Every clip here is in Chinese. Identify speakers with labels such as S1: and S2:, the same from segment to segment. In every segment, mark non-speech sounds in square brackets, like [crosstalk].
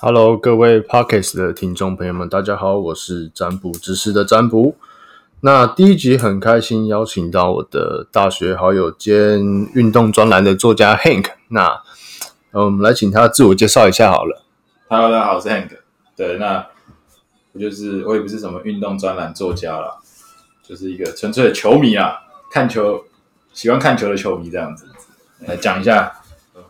S1: Hello，各位 Pockets 的听众朋友们，大家好，我是占卜知识的占卜。那第一集很开心邀请到我的大学好友兼运动专栏的作家 Hank。那呃我们来请他自我介绍一下好了。
S2: Hello，大家好，我是 Hank。对，那我就是我也不是什么运动专栏作家啦，就是一个纯粹的球迷啊，看球喜欢看球的球迷这样子。来讲一下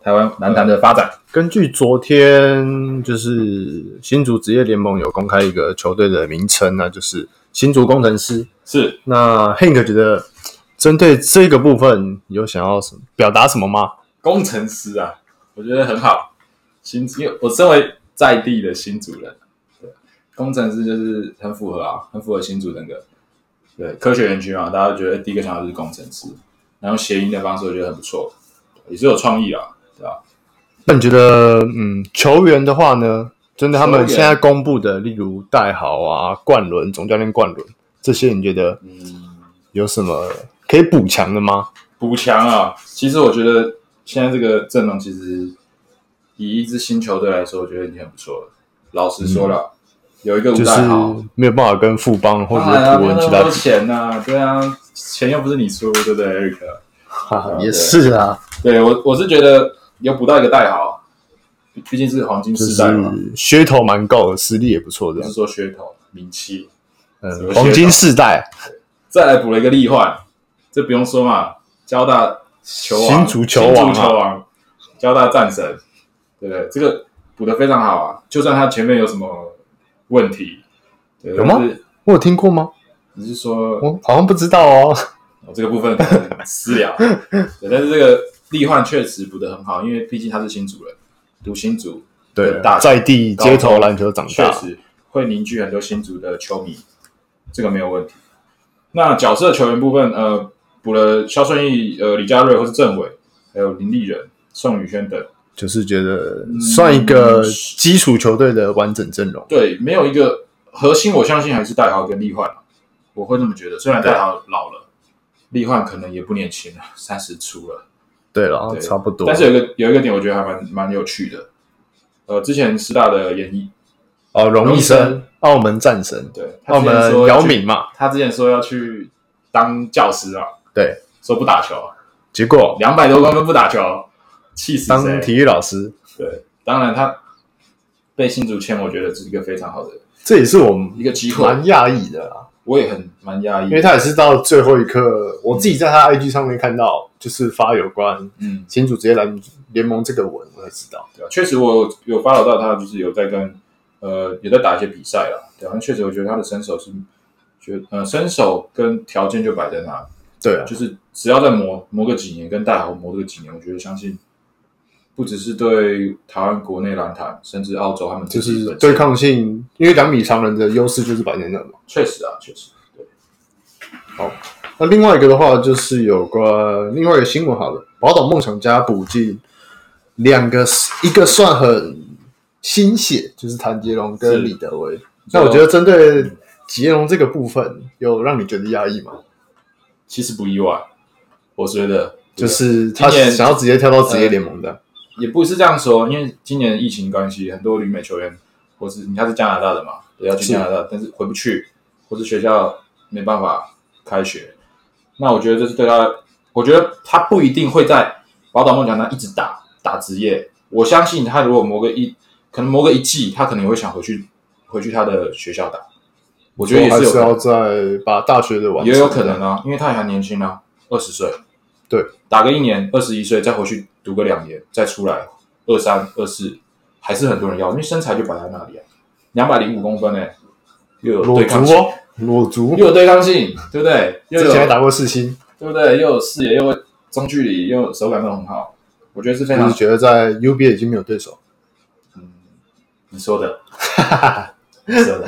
S2: 台湾男篮的发展。
S1: 根据昨天就是新竹职业联盟有公开一个球队的名称那就是新竹工程师。
S2: 是，
S1: 那 Hank 觉得针对这个部分有想要什么表达什么吗？
S2: 工程师啊，我觉得很好。新，因为我身为在地的新主人，对，工程师就是很符合啊，很符合新主那个对科学园区嘛，大家觉得第一个想到就是工程师，然后谐音的方式我觉得很不错，也是有创意啊，对吧、
S1: 那你觉得，嗯，球员的话呢，针对他们
S2: 球员
S1: 现在公布的，例如戴豪啊、冠伦、总教练冠伦这些，你觉得
S2: 嗯，
S1: 有什么可以补强的吗？
S2: 补强啊，其实我觉得现在这个阵容其实以一支新球队来说，我觉得已经很不错了。老实说了，有一个吴
S1: 嗯就是
S2: 代豪，
S1: 没有办法跟富邦或者
S2: 当然啊，
S1: 是
S2: 没
S1: 图
S2: 有
S1: 文
S2: 那
S1: 其
S2: 么
S1: 他
S2: 多钱呐、对啊，钱又不是你出，对不对，Eric？
S1: 哈
S2: 啊
S1: 也是啊，
S2: 对我我是觉得有补到一个代豪，毕毕竟是黄金
S1: 就
S2: 时
S1: 是
S2: 代嘛，
S1: 噱头蛮够的，实力也不错
S2: 不
S1: 这
S2: 是
S1: 样。
S2: 说噱头名气，什
S1: 嗯，
S2: 么
S1: 黄
S2: 噱
S1: 金
S2: 头
S1: 世代，
S2: 再来补了一个例焕，这不用说嘛，交大球
S1: 新
S2: 王，
S1: 竹球王啊
S2: 新竹球王，交大战神，对不对？这个补的非常好啊，就算他前面有什么问题，对
S1: 有吗？
S2: 但是
S1: 我有听过吗？
S2: 你是说
S1: 我好像不知道哦。
S2: 哦这个部分可能私
S1: [laughs]
S2: 聊，对，但是这个例焕确实补的很好，因为毕竟他是新主人，读新竹，
S1: 对
S2: 大，
S1: 在地街头篮球长
S2: 确
S1: 大，
S2: 实会凝聚很多新竹的球迷，这个没有问题。那角色球员部分，呃，补了肖顺义、呃李佳瑞或是郑伟，还有林立人、宋宇轩等。
S1: 就是觉得算一个基础球队的完整阵容。
S2: 对，没有一个核心，我相信还是戴豪跟立焕，啊我会这么觉得。虽然戴豪老了，立焕可能也不年轻了， [laughs] 三十出了。
S1: 对了，
S2: 对
S1: 差不多。
S2: 但是有一个有一个点，我觉得还蛮蛮有趣的。呃，之前师大的演艺，
S1: 哦，荣医
S2: 荣医
S1: 生
S2: 生，
S1: 澳门战神，
S2: 对，他
S1: 澳
S2: 之前
S1: 门
S2: 说
S1: 哦姚
S2: 要去，
S1: 明嘛，
S2: 他之前说要去当教师啊，
S1: 对，
S2: 说不打球啊，
S1: 结果
S2: 两百多公分不打球，气死
S1: 当
S2: 谁？
S1: 体育老师，
S2: 对，当然他被新竹签，我觉得是一个非常好的
S1: 这也是我们
S2: 一个机会。
S1: 蛮讶异的啦，
S2: 我也很蛮讶
S1: 因为
S2: 异，
S1: 他也是到最后一刻，我自己在他 IG 上面看到，就是发有关
S2: 嗯，
S1: 新竹职业篮联盟这个文，我才知道。
S2: 对啊，确实我有有 follow 到他，就是有在跟呃有在打一些比赛啦，对啊，那确实我觉得他的身手是，觉呃身手跟条件就摆在那，
S1: 对啊，
S2: 就是只要再磨磨个几年，跟大豪磨这个几年，我觉得相信不只是对台湾国内篮坛，甚至澳洲他们
S1: 就
S2: 自己
S1: 是
S2: 本身
S1: 对，抗性，因为两米长人的优势就是摆在那嘛。
S2: 确实啊，确实，对，
S1: 那另外一个的话，就是有关另外一个新闻好了，宝岛梦想家补进两个，一个算很新血，就是谭杰龙
S2: 是哦
S1: 跟李德威。那我觉得针对杰龙这个部分，有让你觉得压抑吗？
S2: 其实不意外，我觉得
S1: 就是他
S2: 今年
S1: 想要直接跳到职业联盟的，
S2: 也不是这样说，因为今年疫情关系，很多旅美球员或是你他是加拿大的嘛，对，要去
S1: 是
S2: 加拿大，但是回不去，或是学校没办法开学，那我觉得这是对他，我觉得他不一定会在宝岛梦想那一直打打职业，我相信他如果磨个一，可能磨个一季，他可能也会想回去回去他的学校打，我觉得也
S1: 还
S2: 是有可
S1: 是
S2: 能
S1: 要在把大学的完成
S2: 也有可能啊，因为他也还年轻啊，二十岁，
S1: 对，
S2: 打个一年，二十一岁再回去读个两年，再出来二三二四，还是很多人要，因为身材就摆在那里啊，两百零五公分诶、又有
S1: 裸
S2: 对抗
S1: 足
S2: 性，
S1: 哦，裸足，
S2: 又有对抗性，对不对？又
S1: 之
S2: 有
S1: 前还打过世新，
S2: 对不对？又有视野，又有中距离，又有手感都很好，我觉得是非
S1: 就
S2: 常
S1: 是觉得在 UBA 已经没有对手。
S2: 你说的，你说的，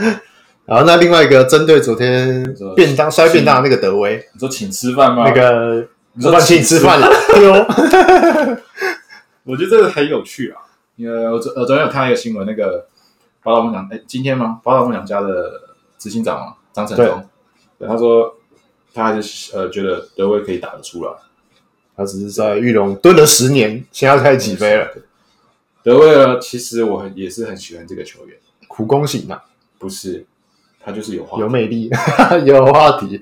S1: 然后那另外一个针对昨天
S2: 说
S1: 便当摔便当的那个德威，
S2: 你说请吃饭
S1: [laughs]
S2: 吗？
S1: 那个
S2: 你说
S1: 乱请吃饭了，丢。
S2: 哦我觉得这个很有趣啊。呃，我昨呃昨天有看到一个新闻，那个宝岛梦想，哎，今天吗？宝岛梦想家的执行长嘛，张成
S1: 对
S2: 忠，对，他说他还是呃觉得德威可以打得出来，
S1: 他只是在玉龙蹲了十年，现在开始起飞了。
S2: 德威尔其实我很也是很喜欢这个球员，
S1: 苦攻型啊，
S2: 不是他就是有话
S1: 有。魅力， [laughs] 有话题。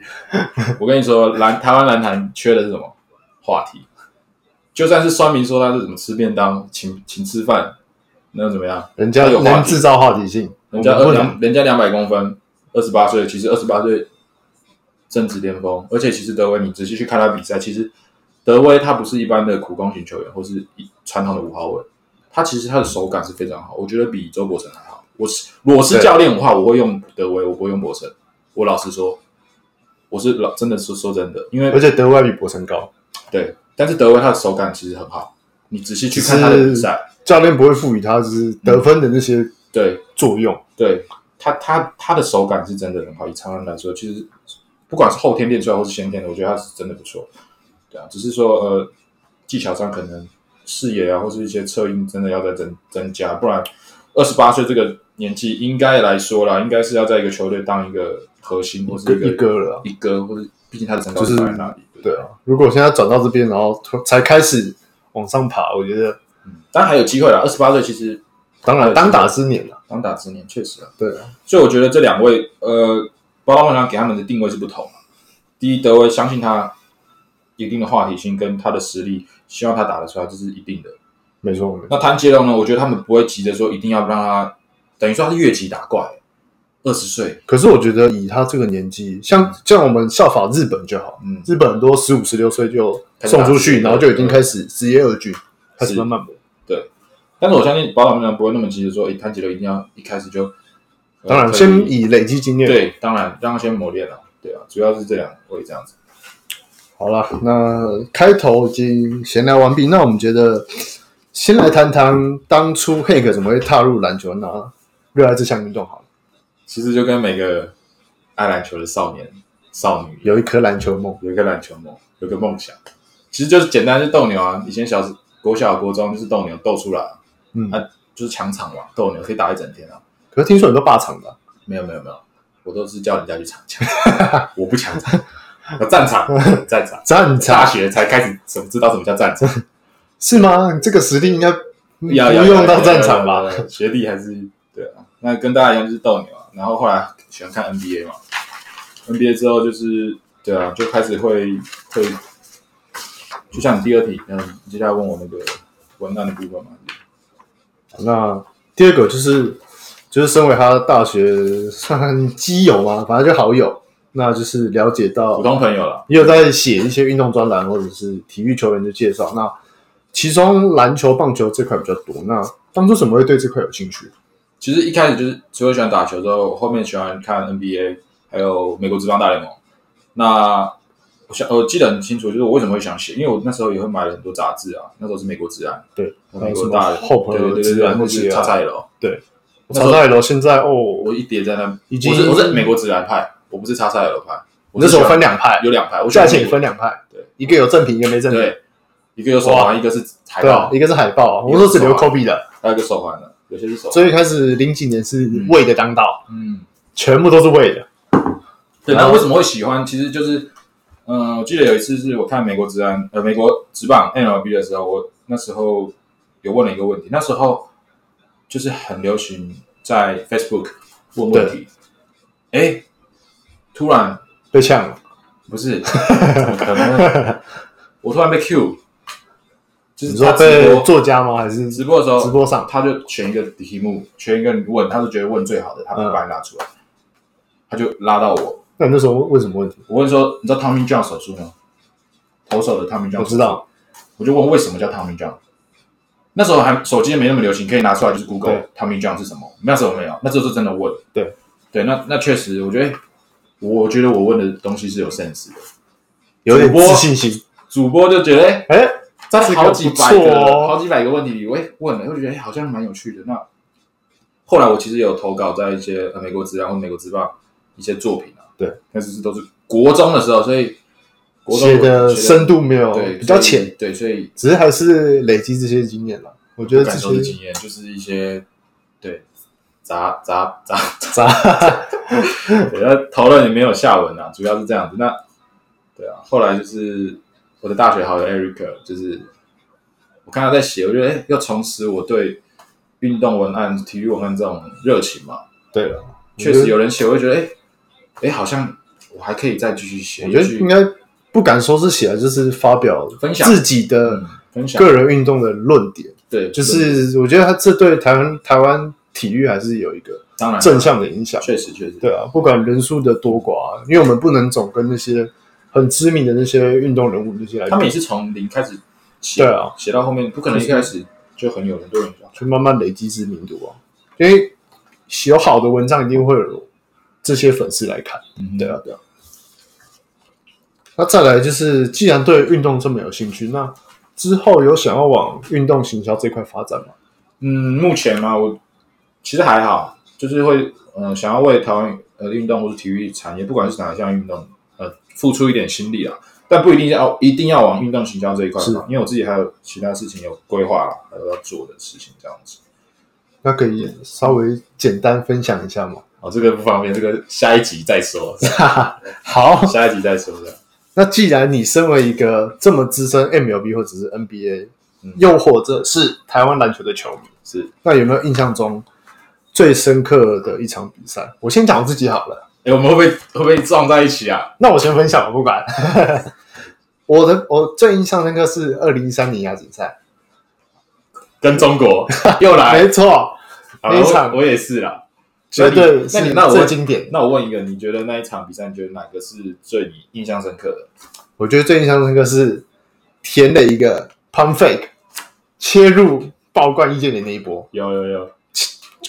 S2: 我跟你说，篮台湾篮坛缺的是什么话题？就算是酸民说他是怎么吃便当、请请吃饭，那又怎么样？
S1: 人家
S2: 他有话
S1: 能
S2: 题
S1: 制造话题性，
S2: 人家
S1: 我们
S2: 二
S1: 不能
S2: 两，人家两百公分，二十八岁，其实二十八岁正值巅峰，而且其实德威，你仔细去看他比赛，其实德威他不是一般的苦攻型球员，或是一传统的五号位，他其实他的手感是非常好，我觉得比周伯成还好。我是我是
S1: 对
S2: 教练的话，我会用德威，我不会用伯成。我老实说，我是老真的是说真的，因为
S1: 而且德威比博成高，
S2: 对，但是德威他的手感其实很好，你仔细去看他的比赛，
S1: 教练不会赋予他就是得分的那些
S2: 对，
S1: 作用。
S2: 对他，他他的手感是真的很好。以常人来说，其实不管是后天练出来或是先天的，我觉得他是真的不错。对啊，只是说呃，技巧上可能视野啊，或是一些策应，真的要再增增加，不然二十八岁这个年纪，应该来说啦，应该是要在一个球队当一个核心或嗯是
S1: 一
S2: 一个
S1: 个一哥了啊
S2: 一哥，或者毕竟他的身高
S1: 就是
S2: 摆在那里，对不
S1: 对啊，如果现在转到这边，然后突才开始往上爬，我觉得
S2: 嗯当然还有机会啦，二十八岁其实
S1: 当
S2: 对
S1: 然当打之年了。
S2: 当打之年确实啊，
S1: 对啊，
S2: 所以我觉得这两位，呃，包括梦想给他们的定位是不同的。第一，德威相信他一定的话题性跟他的实力，希望他打得出来，这是一定的。
S1: 没错没错。
S2: 那谭杰龙呢？我觉得他们不会急着说一定要让他，等于说他是越级打怪，二十岁，
S1: 可是我觉得以他这个年纪，像像我们效法日本就好，
S2: 嗯，
S1: 日本很多十五十六岁就
S2: 开始打
S1: 送出
S2: 职
S1: 去，
S2: 业
S1: 然后就已经开始职业二军，开始
S2: 是
S1: 慢慢磨。
S2: 但是我相信宝岛梦想不会那么急着说，诶、谭杰龙一定要一开始就，呃
S1: 当然，
S2: 可以
S1: 先以累积经验。，
S2: 对，当然让他先磨练了，对啊，主要是这两位这样子。
S1: 好了，那开头已经闲聊完毕，那我们觉得先来谈谈当初 Hank 怎么会踏入篮球呢？热爱这项运动好了，
S2: 其实就跟每个爱篮球的少年少女一样。
S1: 有一颗篮球梦，
S2: 有一个篮球梦，有个梦想，其实就是简单是斗牛啊。以前小时国小国中就是斗牛斗出来，
S1: 嗯
S2: 啊，就是抢场嘛，斗牛可以打一整天啊。
S1: 可是听说很多霸场的啊、
S2: 没有没有没有，我都是叫人家去抢 [laughs] 抢，我不抢场，我战场 [laughs] 战场。
S1: 战
S2: 大
S1: 场
S2: 学才开始怎么知道什么叫战场？
S1: 是吗？你这个实力应该不
S2: 要要
S1: 用到战场吧？？
S2: 要要要学弟还是对啊。那跟大家一样就是斗牛啊，然后后来喜欢看 NBA 嘛，NBA 之后就是对啊，就开始会会，就像你第二题，嗯，你接下来问我那个文案的部分嘛，
S1: 那第二个就是，就是身为他大学算基友嘛，反正就好友，那就是了解
S2: 普
S1: 到
S2: 通朋友啦，
S1: 也有在写一些运动专栏或者是体育球员的介绍。那其中篮球、棒球这块比较多。那当初怎么会对这块有兴趣？
S2: 其实一开始就是除了喜欢打球之后，后面喜欢看 NBA，还有美国职棒大联盟。那我想呃我记得很清楚，就是我为什么会想写，因为我那时候也会买了很多杂志啊，那时候是美国职安，
S1: 对，还
S2: 美
S1: 有哦什
S2: 国
S1: 么
S2: 大联
S1: 后
S2: 盟，
S1: 朋
S2: 对对
S1: 友
S2: 对
S1: 自
S2: 对对，
S1: 然
S2: 或
S1: 或
S2: 是
S1: 者
S2: 叉叉 L，那时
S1: 曹
S2: 候
S1: 大楼现在哦，
S2: 我一叠在那，
S1: 已经
S2: 我是我是美国职篮派，我不是叉叉 L 派，我
S1: 那时候分
S2: 两
S1: 两派，
S2: 有两派，我喜
S1: 价
S2: 欢
S1: 钱也
S2: 美国
S1: 分两派，
S2: 对，
S1: 一个有正品，一个没正品，
S2: 对，一个有手环，一个是海
S1: 对啊
S2: 报，，
S1: 一个是海报，我们都只留 Kobe 的，
S2: 还有一个手环的，有些是手环，
S1: 所以开始零几年是魏的当道，
S2: 嗯，
S1: 全部都是魏的。
S2: 对，
S1: 然
S2: 那
S1: 后
S2: 为什么会喜欢？其实就是，嗯、我记得有一次是我看美国职安呃美国职棒 MLB 的时候，我那时候有问了一个问题，那时候就是很流行在 Facebook 问问题，哎，突然
S1: 被呛了，
S2: 不是，怎么可能？我突然被 Q，就
S1: 你
S2: 是
S1: 说
S2: 他直
S1: 被
S2: 播
S1: 作家吗？还是
S2: 直播的时候，
S1: 直播上
S2: 他就选一个题目，选一个你问，他就觉得问最好的，他
S1: 嗯
S2: 把你拉出来，他就拉到我，
S1: 那你那时候问什么问题？
S2: 我问说，你知道 Tommy John 手术吗？投手的 Tommy John，
S1: 我知道
S2: 手术，我就问为什么叫 Tommy John。那时候还手机也没那么流行，可以拿出来就是 Google
S1: 对
S2: Tommy John 是什么？那时候没有，那时候是真的问。
S1: 对
S2: 对，那那确实，我觉得，我觉得我问的东西是有 sense 的。
S1: 有点
S2: 主播
S1: 自信心。
S2: 主播就觉得，哎、
S1: 哎，
S2: 在
S1: 这个
S2: 好几百
S1: 不
S2: 个、
S1: 错哦
S2: 好几百个问题里，我也问了，我就觉得、哎好像蛮有趣的。那后来我其实也有投稿在一些、呃、美国职啊或美国职棒一些作品啊，
S1: 对，
S2: 但是都是国中的时候，所以国中
S1: 写的深
S2: 度
S1: 度没有，
S2: 对
S1: 比较
S2: 所以
S1: 浅，
S2: 对，所以
S1: 只是还是累积这些经验了。我觉
S2: 不
S1: 得
S2: 敢
S1: 这
S2: 说是
S1: 些
S2: 经验，就是一些对杂杂杂
S1: [laughs] 杂，
S2: [laughs] 对，那讨论也没有下文啊，主要是这样子。那对啊，后来就是我的大学好友 Eric，就是我看他在写，我觉得哎，诶又重拾我对运动文案、体育文案这种热情嘛。
S1: 对了，
S2: 确实有人写，我会觉得，哎、哎，好像我还可以再继续写，
S1: 我觉得
S2: 继续
S1: 应该不敢说是写，啊就是发表
S2: 分享
S1: 自己的
S2: 嗯分享，
S1: 个人运动的论点，
S2: 对，
S1: 就是我觉得他这对台湾台湾体育还是有一个
S2: 当然
S1: 正向的影响。
S2: 确实确实，
S1: 对啊，不管人数的多寡，啊因为我们不能总跟那些很知名的那些运动人物那些来比，
S2: 他们也是从零开始写，
S1: 对啊，
S2: 写到后面不可能
S1: 就
S2: 一
S1: 是
S2: 开始就很有很多人讲，
S1: 就慢慢累积知名度啊。因为有好的文章，一定会有这些粉丝来看。
S2: 嗯
S1: 对啊，对啊。那再来就是，既然对运动这么有兴趣，那之后有想要往运动行销这块发展吗？
S2: 嗯，目前嘛，我其实还好，就是会呃想要为台湾呃运动或是体育产业，不管是哪一项运动，呃付出一点心力啊，但不一定要一定要往运动行销这一块
S1: 是
S2: 嘛，因为我自己还有其他事情有规划啦，还有要做的事情这样子。
S1: 那可以稍微简单分享一下吗？
S2: 哦，这个不方便，这个下一集再说， [laughs]
S1: 好，
S2: 下一集再说的。
S1: 那既然你身为一个这么资深 MLB 或者是 NBA，、
S2: 嗯
S1: 又或者是台湾篮球的球迷，
S2: 是，
S1: 那有没有印象中最深刻的一场比赛？我先讲我自己好了。
S2: 哎，我们会不会会不会撞在一起啊？
S1: 那我先分享，我不管。 [laughs] 我的我最印象深刻是二零一三年亚锦赛，
S2: 跟中国 [laughs] 又来，
S1: 没错，
S2: 好啦
S1: 没场
S2: 我我也是啦。
S1: 绝对
S2: 那你
S1: 是
S2: 那我
S1: 最经典。
S2: 那我问一个，你觉得那一场比赛，你觉得哪个是最你印象深刻的？
S1: 我觉得最印象深刻是填的一个 pump fake 切入爆冠易建联那一波，
S2: 有有有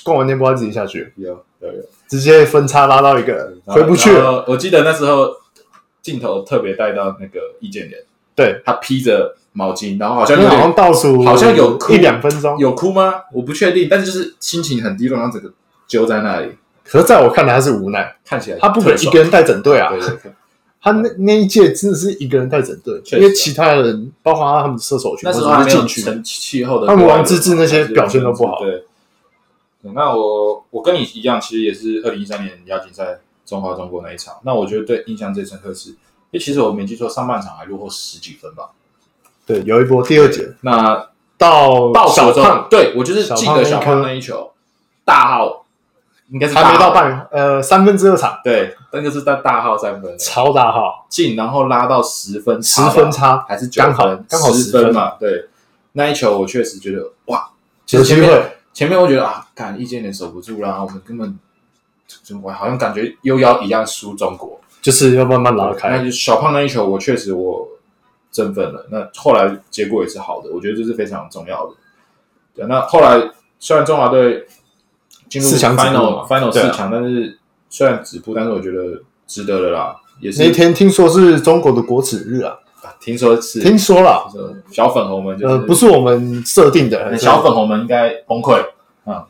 S1: 灌完那波他自己下去，
S2: 有有有，
S1: 直接分差拉到一个
S2: 然后
S1: 回不去了。
S2: 然后我记得那时候镜头特别带到那个易建联，
S1: 对，
S2: 他披着毛巾，然后好
S1: 好
S2: 像有
S1: 像
S2: 点
S1: 倒数
S2: 好像有哭
S1: 一两分钟，
S2: 有哭吗？我不确定，但是就是心情很低落，然后整个揪在那里，
S1: 可是在我看来他是无奈，
S2: 看起来
S1: 他不可能
S2: 特
S1: 一
S2: 爽
S1: 个人带整队啊。
S2: 对对对，
S1: 他那那一届真的是一个人带整队，
S2: 确实啊
S1: 因为其他人包括他们射手群
S2: 那
S1: 或
S2: 时
S1: 者
S2: 候还
S1: 是
S2: 没有
S1: 禁区，
S2: 成气候的，啊
S1: 他们王治郅那些表现都不好
S2: 对，那我我跟你一样，其实也是二零一三年亚锦赛中华中国那一场。那我觉得对印象最深刻是，因为其实我没记错，上半场还落后十几分吧。
S1: 对，有一波第二节
S2: 那
S1: 到
S2: 到
S1: 小
S2: 手之
S1: 胖
S2: 后，对我就是记得
S1: 小胖那一
S2: 小
S1: 颗
S2: 胖那一球，大号应该是大号
S1: 还没到，半呃三分之二场，
S2: 对，但就是在大号三分
S1: 超大号
S2: 进，然后拉到十分
S1: 十
S2: 差吧，
S1: 分差，
S2: 还是九
S1: 刚好
S2: 分
S1: 刚好
S2: 十
S1: 10分
S2: 嘛？对，那一球我确实觉得哇，其
S1: 有
S2: 实
S1: 机
S2: 前面
S1: 会
S2: 前面我觉得啊，看易建联守不住啦，我们根本怎么好像感觉又要一样输中国。
S1: 就是要慢慢拉
S2: 那
S1: 开，
S2: 就小胖那一球，我确实我振奋了。那后来结果也是好的，我觉得这是非常重要的。对，那后来虽然中华队进入
S1: 四强止步
S2: final
S1: 嘛
S2: final
S1: 对啊
S2: 四强，但是虽然止步，但是我觉得值得了啦。也是
S1: 那一天听说是中国的国耻日啊，
S2: 啊听说是
S1: 听说啦，
S2: 说小粉红们就是、哎
S1: 呃，不是我们设定的，
S2: 小粉红们应该崩溃。嗯，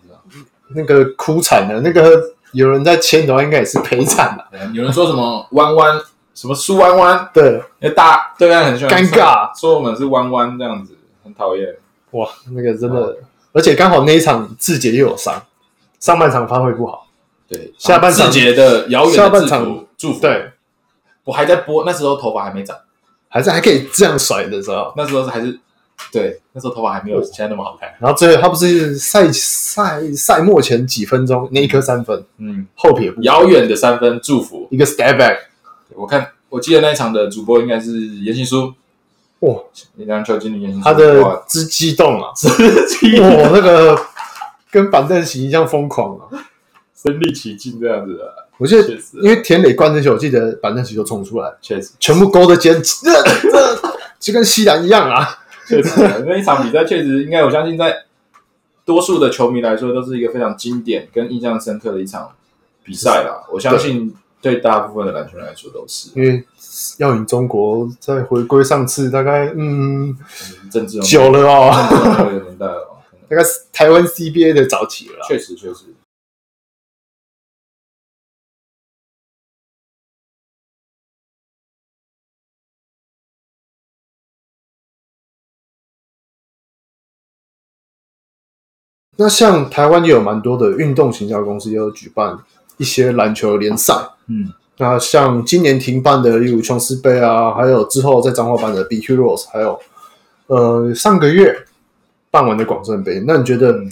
S1: 那个哭惨的那个有人在牵的话，应该也是陪惨
S2: [laughs]
S1: 了，
S2: 有人说什么弯弯，什么苏弯弯，
S1: 对，
S2: 那大对岸很喜欢
S1: 尴尬
S2: 说我们是弯弯这样子，很讨厌。
S1: 哇，那个真的，而且刚好那一场志杰又有伤，上半场发挥不好，
S2: 对，
S1: 下半场
S2: 字节的遥远的
S1: 下半
S2: 祝福
S1: 场
S2: 祝福。
S1: 对，
S2: 我还在播，那时候头发还没长，
S1: 还是还可以这样甩的时候。
S2: 那时候还是对，那时候头发还
S1: 哦
S2: 没有现在那么好看。
S1: 然后最后他不是赛赛赛末前几分钟那一颗三分
S2: 嗯，
S1: 后撇步
S2: 遥远的三分祝福，
S1: 一个 step back，
S2: 我看我记得那一场的主播应该是严新书，
S1: 哇，
S2: 篮球经理严新书，
S1: 他
S2: 哇
S1: 的之激动啊，哇，那个跟板凳席一样疯狂啊！
S2: [laughs] 身临其境这样子的，
S1: 我记得
S2: 确实啊
S1: 因为田磊灌进球，我记得板凳席就冲出来，
S2: 确实。
S1: 全部勾着肩，就跟西兰一样啊！
S2: 确实，那一场比赛确实应该，我相信在多数的球迷来说，都是一个非常经典跟印象深刻的一场比赛啦。我相信啊对大部分的篮球人来说都是
S1: 因为要赢中国，再回归上次大概嗯
S2: 政治有
S1: 久了哦，
S2: 那个年代哦，可能
S1: 大概是台湾 CBA 的早期了啦。
S2: 确实确实。
S1: 那像台湾也有蛮多的运动行销公司，也有举办一些篮球联赛。
S2: 嗯，
S1: 那像今年停办的，例如琼斯杯啊，还有之后在彰化办的 BQ Rose，还有呃上个月办完的广政杯，那你觉得嗯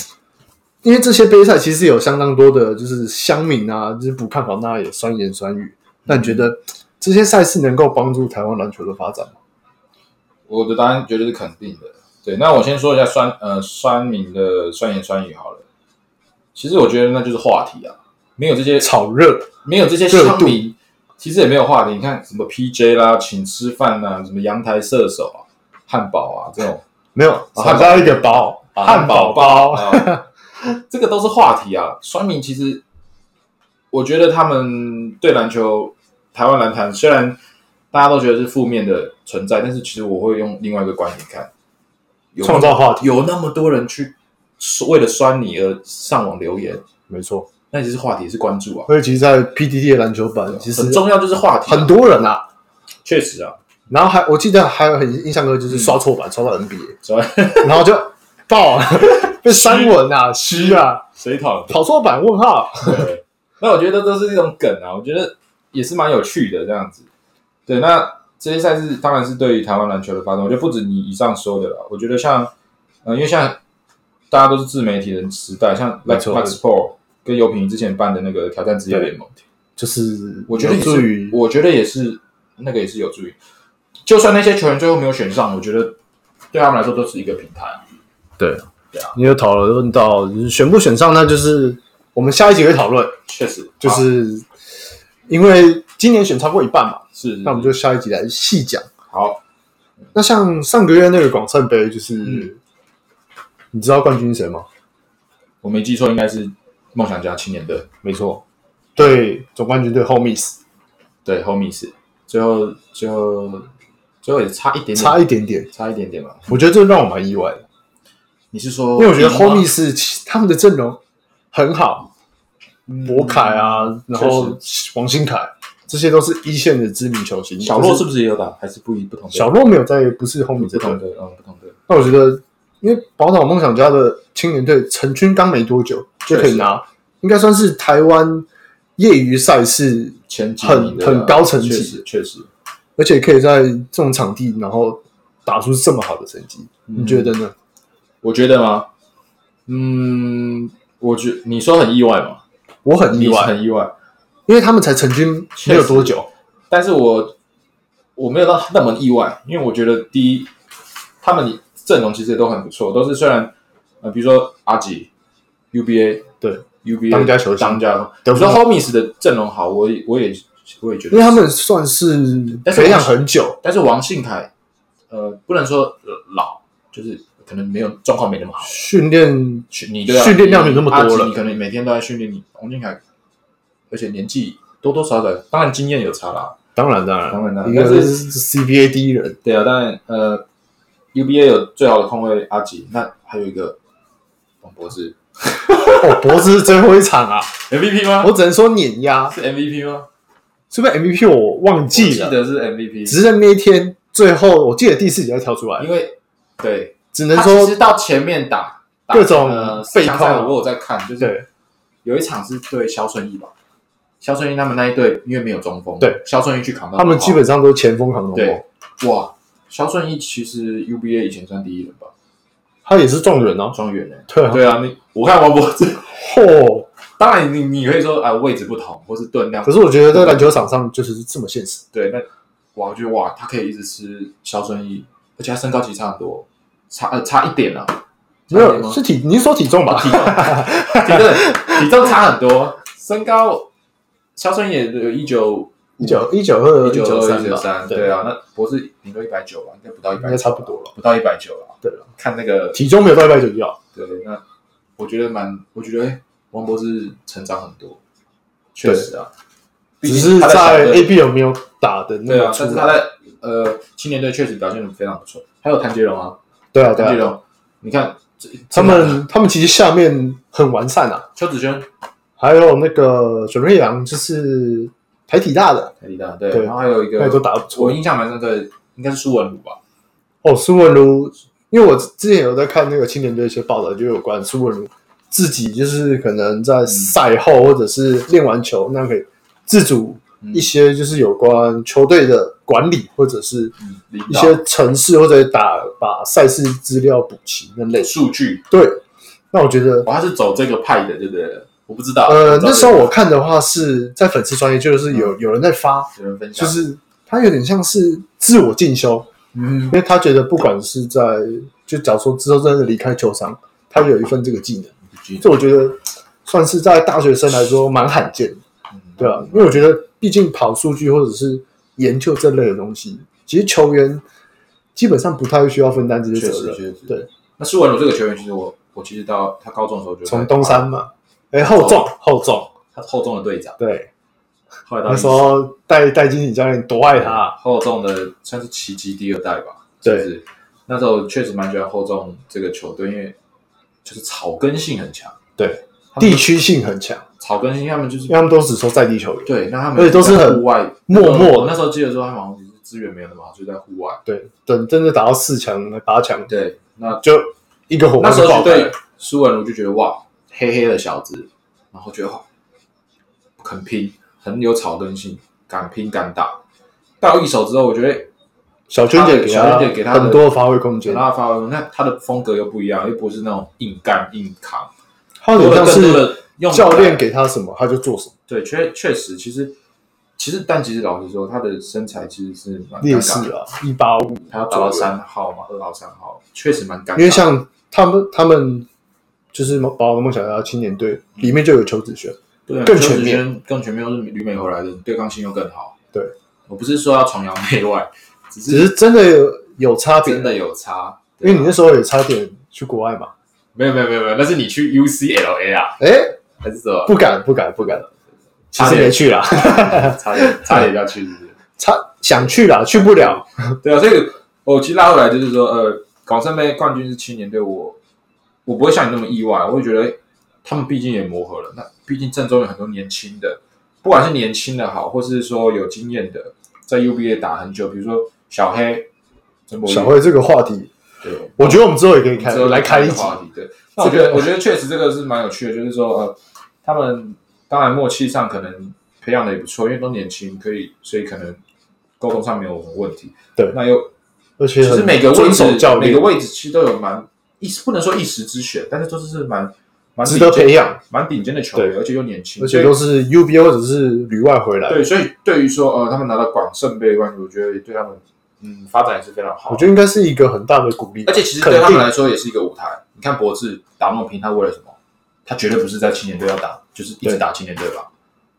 S1: 因为这些杯赛其实有相当多的，就是乡民啊，就是不看好那也酸言酸语。那你觉得这些赛事能够帮助台湾篮球的发展吗？
S2: 我的答案绝对是肯定的。对，那我先说一下酸呃酸民的酸言酸语好了。其实我觉得那就是话题啊，没有这些
S1: 炒热，
S2: 没有这些乡民，其实也没有话题。你看什么 PJ 啦，请吃饭啦，什么阳台射手啊，汉堡啊这种
S1: 没有，
S2: 汉堡
S1: 少加一个包，汉堡包。 [laughs]
S2: 啊，这个都是话题啊。酸民其实，我觉得他们对篮球，台湾篮坛虽然大家都觉得是负面的存在，但是其实我会用另外一个观点看，有
S1: 创造话题
S2: 有那么多人去为了酸你而上网留言，
S1: 没错，
S2: 那其实话题是关注啊，
S1: 而且其实在 PTT 的篮球版，其实
S2: 很重要就是话题啊、
S1: 很多人啊。
S2: 确实啊，
S1: 然后还我记得还有很印象的就是刷错版，刷到 NBA，
S2: 所以
S1: [laughs] 然后就爆了，被删文啊、虚啊、
S2: 谁讨论？
S1: 跑错版问号。
S2: 对， [laughs] 那我觉得都是一种梗啊，我觉得也是蛮有趣的这样子。对，那这些赛事当然是对于台湾篮球的发展，我觉得不止你以上说的啦。我觉得像，呃，因为像大家都是自媒体的时代，像
S1: 没
S2: Max
S1: 错
S2: Max Paul 跟尤平之前办的那个挑战职业联盟，
S1: 就是
S2: 我觉得
S1: 有
S2: 也
S1: 助
S2: 是
S1: 于，
S2: 我觉得也是那个也是有助于。就算那些球员最后没有选上，我觉得对他们来说都是一个平台啊。
S1: 对
S2: 对啊
S1: 你有讨论到就是选不选上，那就是我们下一集会讨论，
S2: 确实，
S1: 就
S2: 好
S1: 是因为今年选超过一半嘛，
S2: 是是
S1: 那我们就下一集来细讲。
S2: 好，
S1: 那像上个月那个广善杯，就是、
S2: 嗯
S1: 你知道冠军是谁吗？
S2: 我没记错，应该是梦想家青年队。
S1: 没错，对总冠军对 Homies
S2: 对，Homies，最后最后最后也差一点点，
S1: 差一点点，
S2: 差一点点吧。
S1: 我觉得这让我蛮意外的，
S2: 你是说，
S1: 因为我觉得
S2: 哦赢吗
S1: Homies 其他们的阵容很好，
S2: 嗯
S1: 博凯啊，然后王新凯，这些都是一线的知名球星。
S2: 小洛
S1: 就是
S2: 不是也有打？还是不一不同队？
S1: 小洛没有在，不是 Homies
S2: 不
S1: 这
S2: 同
S1: 个。
S2: 队，嗯，不同队。
S1: 那我觉得，因为宝岛梦想家的青年队成军刚没多久就可
S2: 确
S1: 以
S2: 实
S1: 拿，应该算是台湾业余赛事
S2: 前几
S1: 很
S2: 名的
S1: 很高成绩
S2: 确实确实。
S1: 而且可以在这种场地，然后打出这么好的成绩，
S2: 嗯
S1: 你觉得呢？
S2: 我觉得吗？嗯，我觉你说很意外嘛？
S1: 我很意
S2: 你是
S1: 外，
S2: 很意外。
S1: 因为他们才成军没有多久，
S2: 但是我我没有到那么意外，因为我觉得第一，他们阵容其实也都很不错，都是虽然呃，比如说阿吉、UBA
S1: 对
S2: UBA
S1: 当家球星
S2: 当家，
S1: 得
S2: 你
S1: 分
S2: 说 Homies 的阵容好，我也我也我也觉
S1: 因为
S2: 得，
S1: 他们算是
S2: 但是
S1: 培养很久，
S2: 但是王信凯呃，不能说呃老，就是可能没有状况没那么好。
S1: 训练
S2: 训你对啊
S1: 训练量没有那么多
S2: 阿吉
S1: 了
S2: 你可能每天都在训练你王信凯，而且年纪多多少少，当然经验有差啦。
S1: 当然当然
S2: 当然当然
S1: 一个
S2: 但
S1: 是 CBA 第一人，
S2: 对啊，当然，呃，UBA 有最好的控卫阿吉，那还有一个王柏芝
S1: 哦，博士是最后一场
S2: [laughs]
S1: 啊，
S2: MVP 吗
S1: 我只能说碾压，
S2: 是 MVP 吗？
S1: 是不是 MVP 我忘
S2: 我
S1: 记
S2: 记
S1: 了，
S2: 得是 MVP，
S1: 只是那一天最后我记得第四集要跳出来
S2: 因，为对，
S1: 只能
S2: 他其
S1: 说
S2: 实到前面打打
S1: 各种
S2: 呃
S1: 背
S2: 强赛
S1: 靠
S2: 我有在看，就是
S1: 对
S2: 有一场是对肖顺义吧，肖顺义他们那一队因为没有中锋，
S1: 对
S2: 肖顺义去扛到
S1: 他们基本上都前锋扛中
S2: 哦对
S1: 锋，
S2: 哇，肖顺义其实 UBA 以前算第一人吧，
S1: 他也是撞人啊，
S2: 状元呢。
S1: 对啊，
S2: 对啊，你我看王柏芝，
S1: 嚯！
S2: 当然你你可以说啊位置不同，或是吨量
S1: 可是我觉得在篮球场上就是这么现实。
S2: 对，那哇，我觉得哇，他可以一直吃肖顺义，而且他身高其实差很多，差呃差一点啊，
S1: 没
S2: 差一点
S1: 有
S2: 吗
S1: 是体，你是说体重吧？
S2: 体重体重体重差很多，身高肖顺义也有一九
S1: 一九一九二
S2: 一九
S1: 九
S2: 二一
S1: 三
S2: 九
S1: 吧
S2: 三，，对啊，那博士顶多一百九吧，应该不到一
S1: 应
S2: 百，
S1: 该差不多了。
S2: 不到一百九了。
S1: 对了，啊
S2: 看那个
S1: 体重没有到一百九就要，
S2: 对，那我觉得蛮，我觉得哎，王博士成长很多，确实啊，毕
S1: 只
S2: 竟
S1: 是
S2: 他
S1: 在
S2: 小队
S1: A B 有没有打的那
S2: 对
S1: 个
S2: 啊，
S1: 出
S2: 但是他
S1: 来？
S2: 在呃青年队确实表现的非常不错，还有谭杰荣啊。
S1: 对啊，对
S2: 谭杰
S1: 啊，
S2: 荣，你看这
S1: 他们他们其实下面很完善啊。
S2: 邱子轩、
S1: 还有那个准瑞阳，就是台体大的，
S2: 台迪大，对，
S1: 对
S2: 然后还有一
S1: 那也都
S2: 个
S1: 打得不
S2: 我
S1: 错。
S2: 印象蛮深刻的，应该是苏文儒吧？
S1: 哦，苏文如，因为我之前有在看那个青年队一些报道，就有关苏文如自己就是可能在赛后或者是练完球，那可以自主
S2: 嗯
S1: 一些就是有关球队的管理，或者是
S2: 嗯，领
S1: 一
S2: 导
S1: 些城市或者打把赛事资料补齐那类的。
S2: 数据，
S1: 对，那我觉得
S2: 哦，他是走这个派的，对不对？我不知道。
S1: 呃，那时候我
S2: 看
S1: 看的话是在粉丝专业，就是
S2: 嗯
S1: 有有人在发，
S2: 有人分享，
S1: 就是他有点像是自我进修，
S2: 嗯
S1: 因，为他觉得不管是在就假如说之后真的离开球场，他有一份这个技能，这我觉得算是在大学生来说蛮罕见的，
S2: 嗯
S1: 对啊，因为我觉得毕竟跑数据或者是研究这类的东西，其实球员基本上不太需要分担这些
S2: 确
S1: 责
S2: 实
S1: 任。
S2: 确实。
S1: 对，
S2: 那苏文儒这个球员，其实我我其实到他高中的时候就在
S1: 从东山嘛，哎，厚重厚重，
S2: 他后中的队长，
S1: 对，
S2: 后来到
S1: 那时候戴戴金体教练多爱他啊，
S2: 后中的算是奇迹第二代吧，
S1: 对
S2: 就是那时候确实蛮喜欢后中这个球队，因为就是草根性很强，
S1: 对，
S2: 他们
S1: 地区性很强，
S2: 草根性，他们就是
S1: 因为他们都只收在地球员。
S2: 对，那他们
S1: 而且都是很
S2: 在户外
S1: 默默
S2: 我那时候记得说，他们好像是资源没有那么好，就在户外。
S1: 对，等真的打到四强、八强，
S2: 对，那
S1: 就一个火
S2: 那
S1: 锅
S2: 时
S1: 就
S2: 候
S1: 爆开
S2: 就对
S1: 了。
S2: 苏文如就觉得哇，黑黑的小子，然后觉得哇，肯拼，很有草根性，敢拼敢打。到一手之后，我觉得
S1: 小娟姐给
S2: 小
S1: 他
S2: 娟姐给他的
S1: 很多发挥空
S2: 给
S1: 间，
S2: 他发挥，那他的风格又不一样，又不是那种硬干硬扛，
S1: 他有点像
S2: 更多
S1: 是
S2: 的用
S1: 教练给他什么他就做什么，
S2: 对，确确实，其实其实，但其实老实说，他的身材其实是蛮尴
S1: 劣
S2: 尬
S1: 势
S2: 的，
S1: 啊，一八五，
S2: 他要打到三号嘛，二号、三号，确实蛮尴尬的。
S1: 因为像他们他们就是宝可梦想要青年队里面就有邱子轩，
S2: 对啊
S1: 更
S2: 邱
S1: 全
S2: 子
S1: 面
S2: 轩更全面，又是旅美回来的，对抗性又更好。
S1: 对，
S2: 我不是说要崇洋媚外，只
S1: 只
S2: 是
S1: 是真的有有差别，
S2: 真
S1: 因
S2: 的有差。对
S1: 为
S2: 啊
S1: 你那时候也差点去国外嘛，
S2: 没有没有没有没有，那是你去 UCLA 啊，
S1: 哎，
S2: 还是什
S1: [laughs]
S2: 么？
S1: 不敢不敢不敢，其
S2: 差
S1: 实
S2: 点
S1: 没去啦，
S2: [laughs] 差点差点要去，是不是？
S1: 差想去啦，去不了，
S2: 对啊，所以我其实拉回来就是说，呃，港三杯冠军是青年队，我我不会像你那么意外，我会觉得诶他们毕竟也磨合了。那毕竟郑州有很多年轻的，不管是年轻的好，或是说有经验的，在 UBA 打很久，比如说小黑、陈柏宇
S1: 小，慧这个话题，
S2: 对，
S1: 我觉得我们之后也可以开
S2: 嗯之后
S1: 来开一
S2: 个
S1: 集，
S2: 话题。对，那我觉得，我觉得确实这个是蛮有趣的，就是说，呃，他们当然默契上可能培养的也不错，因为都年轻，可以，所以可能沟通上没有什么问题。
S1: 对
S2: 那又
S1: 而且
S2: 其实
S1: 很
S2: 每个位
S1: 遵
S2: 置
S1: 守教
S2: 每
S1: 练
S2: 个，位置其实都有蛮一时不能说一时之选，但是都是是蛮蛮
S1: 值得
S2: 顶尖
S1: 培养，
S2: 蛮顶尖的球员，
S1: 对
S2: 而且又年轻，
S1: 而且
S2: 所以
S1: 都是 UBA 或者是旅外回来，
S2: 对，所以对于说呃他们拿到广盛杯冠军，我觉得对他们嗯发展也是非常好。
S1: 我觉得应该是一个很大的鼓励吧。
S2: 而且其实
S1: 肯
S2: 对他们
S1: 定
S2: 来说也是一个舞台。你看博智打那么拼，他为了什么？他绝对不是在青年队要打，就是一直
S1: 对
S2: 打青年队吧。